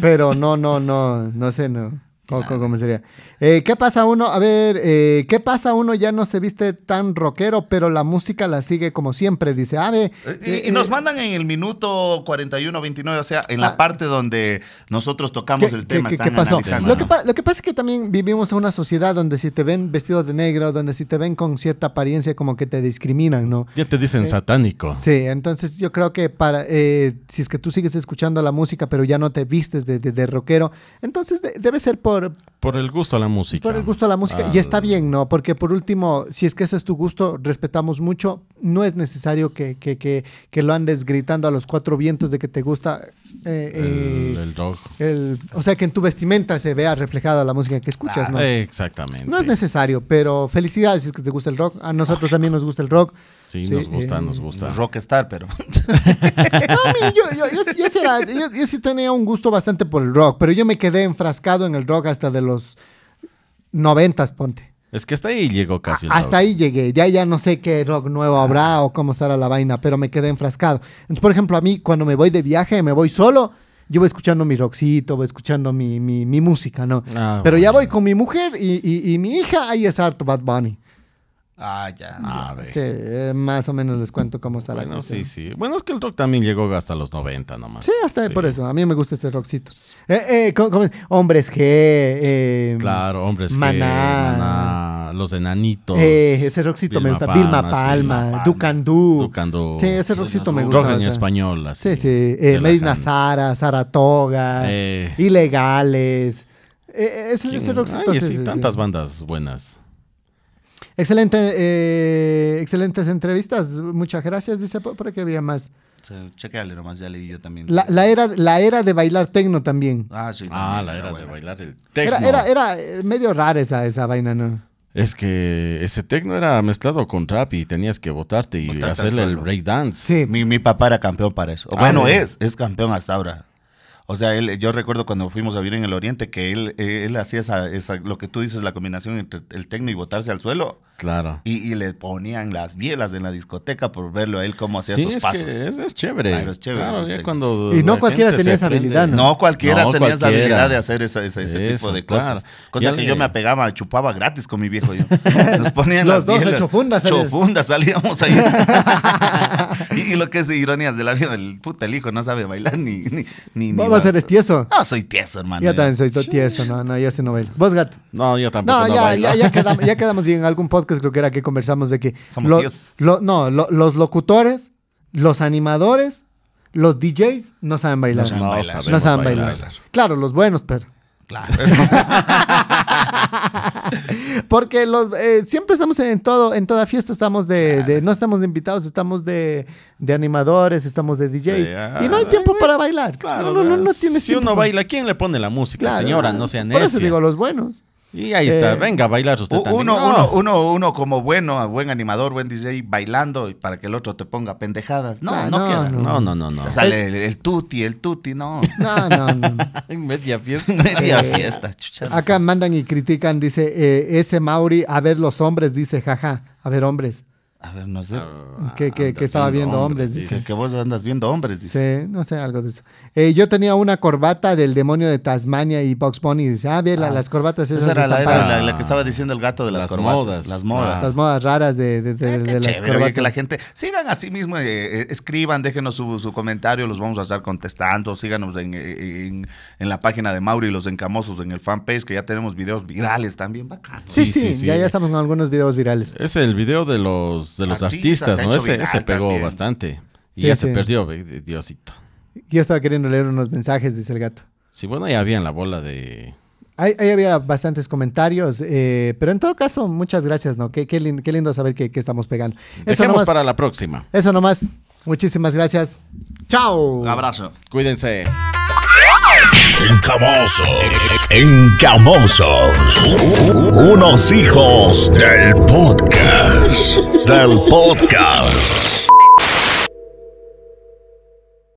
Pero no, no, no, no sé, no. ¿Cómo, cómo sería? Eh, ¿Qué pasa uno? A ver, eh, ¿qué pasa uno ya no se viste tan rockero, pero la música la sigue como siempre? Dice, "Ah, eh, ave.
Eh, Y, y nos mandan en el minuto 41, 29, o sea, en la parte donde nosotros tocamos el tema.
Ah. ¿Qué,
están
pasó?
analizando.
Lo que, pa- lo que pasa es que también vivimos en una sociedad donde si te ven vestido de negro, donde si te ven con cierta apariencia, como que te discriminan, ¿no?
Ya te dicen satánico.
Sí, entonces yo creo que para eh, si es que tú sigues escuchando la música pero ya no te vistes de, de, de rockero, entonces de- debe ser por,
Por el gusto a la música.
por el gusto a la música. Y
Ah,
está bien, ¿no? Porque por último, si es que ese es tu gusto, respetamos mucho. No es necesario que, que, que, que lo andes gritando a los cuatro vientos de que te gusta. eh,
El,
eh,
el rock.
el- o sea, que en tu vestimenta se vea reflejada la música que escuchas, ¿no?
Ah, Exactamente.
No es necesario, pero felicidades si es que te gusta el rock. A nosotros también nos gusta el rock.
Sí,
Sí,
nos gusta,
eh,
nos gusta.
Rockstar, pero. [LAUGHS]
No, mira, yo, yo, yo, sí- yo sí era- yo- yo sí tenía un gusto bastante por el rock, pero yo me quedé enfrascado en el rock hasta de los noventas, ponte.
Es que hasta ahí llegó casi. el
Ah, Hasta
rock.
ahí llegué. Ya ya no sé qué rock nuevo
Ah.
habrá o cómo estará la vaina, pero me quedé enfrascado. Entonces, por ejemplo, a mí cuando me voy de viaje, me voy solo, yo voy escuchando mi rockcito, voy escuchando mi, mi, mi música, ¿no?
Ah,
pero ya
bueno.
voy con mi mujer y, y- y mi hija, ahí es harto Bad Bunny.
Ah, ya.
A ver.
Sí, eh, más o menos les cuento cómo está la
Bueno,
cosa.
sí, sí. Bueno, es que el rock también llegó hasta los 90 nomás.
Sí, hasta
Sí.
por eso. A mí me gusta ese rockcito. Eh, eh, ¿cómo- cómo es? Hombres G. eh,
Claro, hombres que-
Maná.
Maná, los enanitos.
eh, ese rockcito me
Vilma
gusta. Vilma
Palma, sí, Vilma
Palma,
Palma.
Ducandú.
Tocando
Sí, ese rockcito me gusta.
rock en
o sea.
español. Así,
Sí, sí. eh,
relajante.
Medina Sara, Saratoga,
Eh.
Ilegales. Eh, ese, ese
¿Quién?
rockcito.
Ay,
sí,
sí,
sí, sí.
tantas bandas buenas.
Excelente, eh, excelentes entrevistas. Muchas gracias. Dice por por aquí había más.
O sea, chequeale nomás, ya leí yo también.
La, la era, la era de bailar tecno también.
Ah, sí.
Ah, la era de bailar el tecno.
Era, era, era eh, medio rara esa, esa vaina, ¿no?
Es que ese tecno era mezclado con rap y tenías que votarte y
Botarte al
hacerle el
suelo.
breakdance.
Sí.
Mi, mi papá era campeón para eso.
Ah,
Bueno,
mira.
es, es campeón hasta ahora. O sea, él, yo recuerdo cuando fuimos a vivir en el Oriente que él, eh, él hacía esa, esa- lo que tú dices, la combinación entre el tecno y botarse al suelo.
Claro.
Y, y le ponían las bielas en la discoteca por verlo a él cómo hacía
Sí,
sus
es
pasos.
que es, es chévere.
Claro, es chévere
Claro,
esos
ya
tecnos.
cuando
Y no
la
cualquiera
gente se
tenía esa
aprende-
habilidad, ¿no?
No, cualquiera
Ah, No,
tenía esa
cualquiera.
habilidad de hacer esa- esa- ese
Eso,
tipo de
claro.
cosas.
Ya
Cosa que
le-
yo me apegaba, chupaba gratis con mi viejo. Yo. Nos ponían
Los
las
dos de
bielas.
chofundas, salían.
Chofundas, salíamos ahí. y, y lo que es ironías de la vida del puta, el hijo no sabe bailar ni... ni, ni, ni
Vos eres tieso.
Ah, soy tieso, hermano.
Yo también soy tieso, no, no, yo sí no bailo. Vos, gato.
No, yo tampoco.
No,
no
ya,
bailo.
ya, ya quedamos, ya quedamos en algún podcast, creo que era que conversamos de que
Somos
lo-
tíos.
lo- no, lo- los locutores, los animadores, los DJs no saben bailar.
saben
No,
bailar.
no saben bailar. Claro, los buenos, pero.
Claro.
Porque los eh, siempre estamos en todo, en toda fiesta estamos de, de- no estamos de invitados, estamos de, de animadores, estamos de DJs.
Sí, ah,
y no hay tiempo para bailar.
[LAUGHS] Claro,
no, no, no, no
si
tienes tiempo
uno
para-
baila, ¿quién le pone la música?
Claro.
señora, no sea necia.
Por eso digo los buenos.
Y ahí está,
Eh,
venga a bailar usted
U-
también.
uno,
No,
uno, uno, uno como bueno, buen animador, buen DJ, bailando y para que el otro te ponga pendejadas. No,
Ah,
no,
no,
queda.
no.
No, no, no, no.
Sale el, el tuti, el tuti, no.
No, no, no.
Media fiesta. [LAUGHS] Media fiesta, chucha.
Acá mandan y critican, dice, eh, ese Mauri, a ver los hombres, dice, jaja, a ver hombres.
A ver, no sé.
Eh, que, que-
Ah,
que estaba viendo hombres, dice.
Que, que vos andas viendo hombres, dice.
Sí, no sé, algo de eso. Eh, yo tenía una corbata del demonio de Tasmania y Box Bunny. Dice, ah, bien, la- las corbatas esas
Esa era la,
estampadas,
era la- la que estaba diciendo el gato de las,
Las
corbatas.
modas.
Las modas. Ah.
las modas raras de, de- de- de las
Chévere, oye,
corbatas.
que la gente sigan así mismo, eh, eh, escriban, déjenos su, su comentario, los vamos a estar contestando. Síganos en, eh, en, en la página de Mauri y los encamosos en el fanpage, que ya tenemos videos virales también, bacán.
Sí, sí,
Sí, sí, sí.
Ya, ya estamos con algunos videos virales.
Es el video de los, de los
Artistas,
artistas,
se ha
¿no?
hecho
Ese,
viral
ese pegó
también.
bastante. Y
Sí,
ya
sí.
se perdió, ve- de- Diosito.
Yo estaba queriendo leer unos mensajes, dice el gato.
Sí, bueno, ya había en la bola de...
Ahí, ahí había bastantes comentarios, eh, pero en todo caso, muchas gracias, ¿no? Qué, qué, lin- qué lindo saber que, que estamos pegando. Eso
Dejemos
nomás,
para la próxima.
eso nomás. Muchísimas gracias. ¡Chao!
abrazo.
Cuídense.
Encamosos. Encamosos. U- u- Unos hijos del podcast. Del podcast.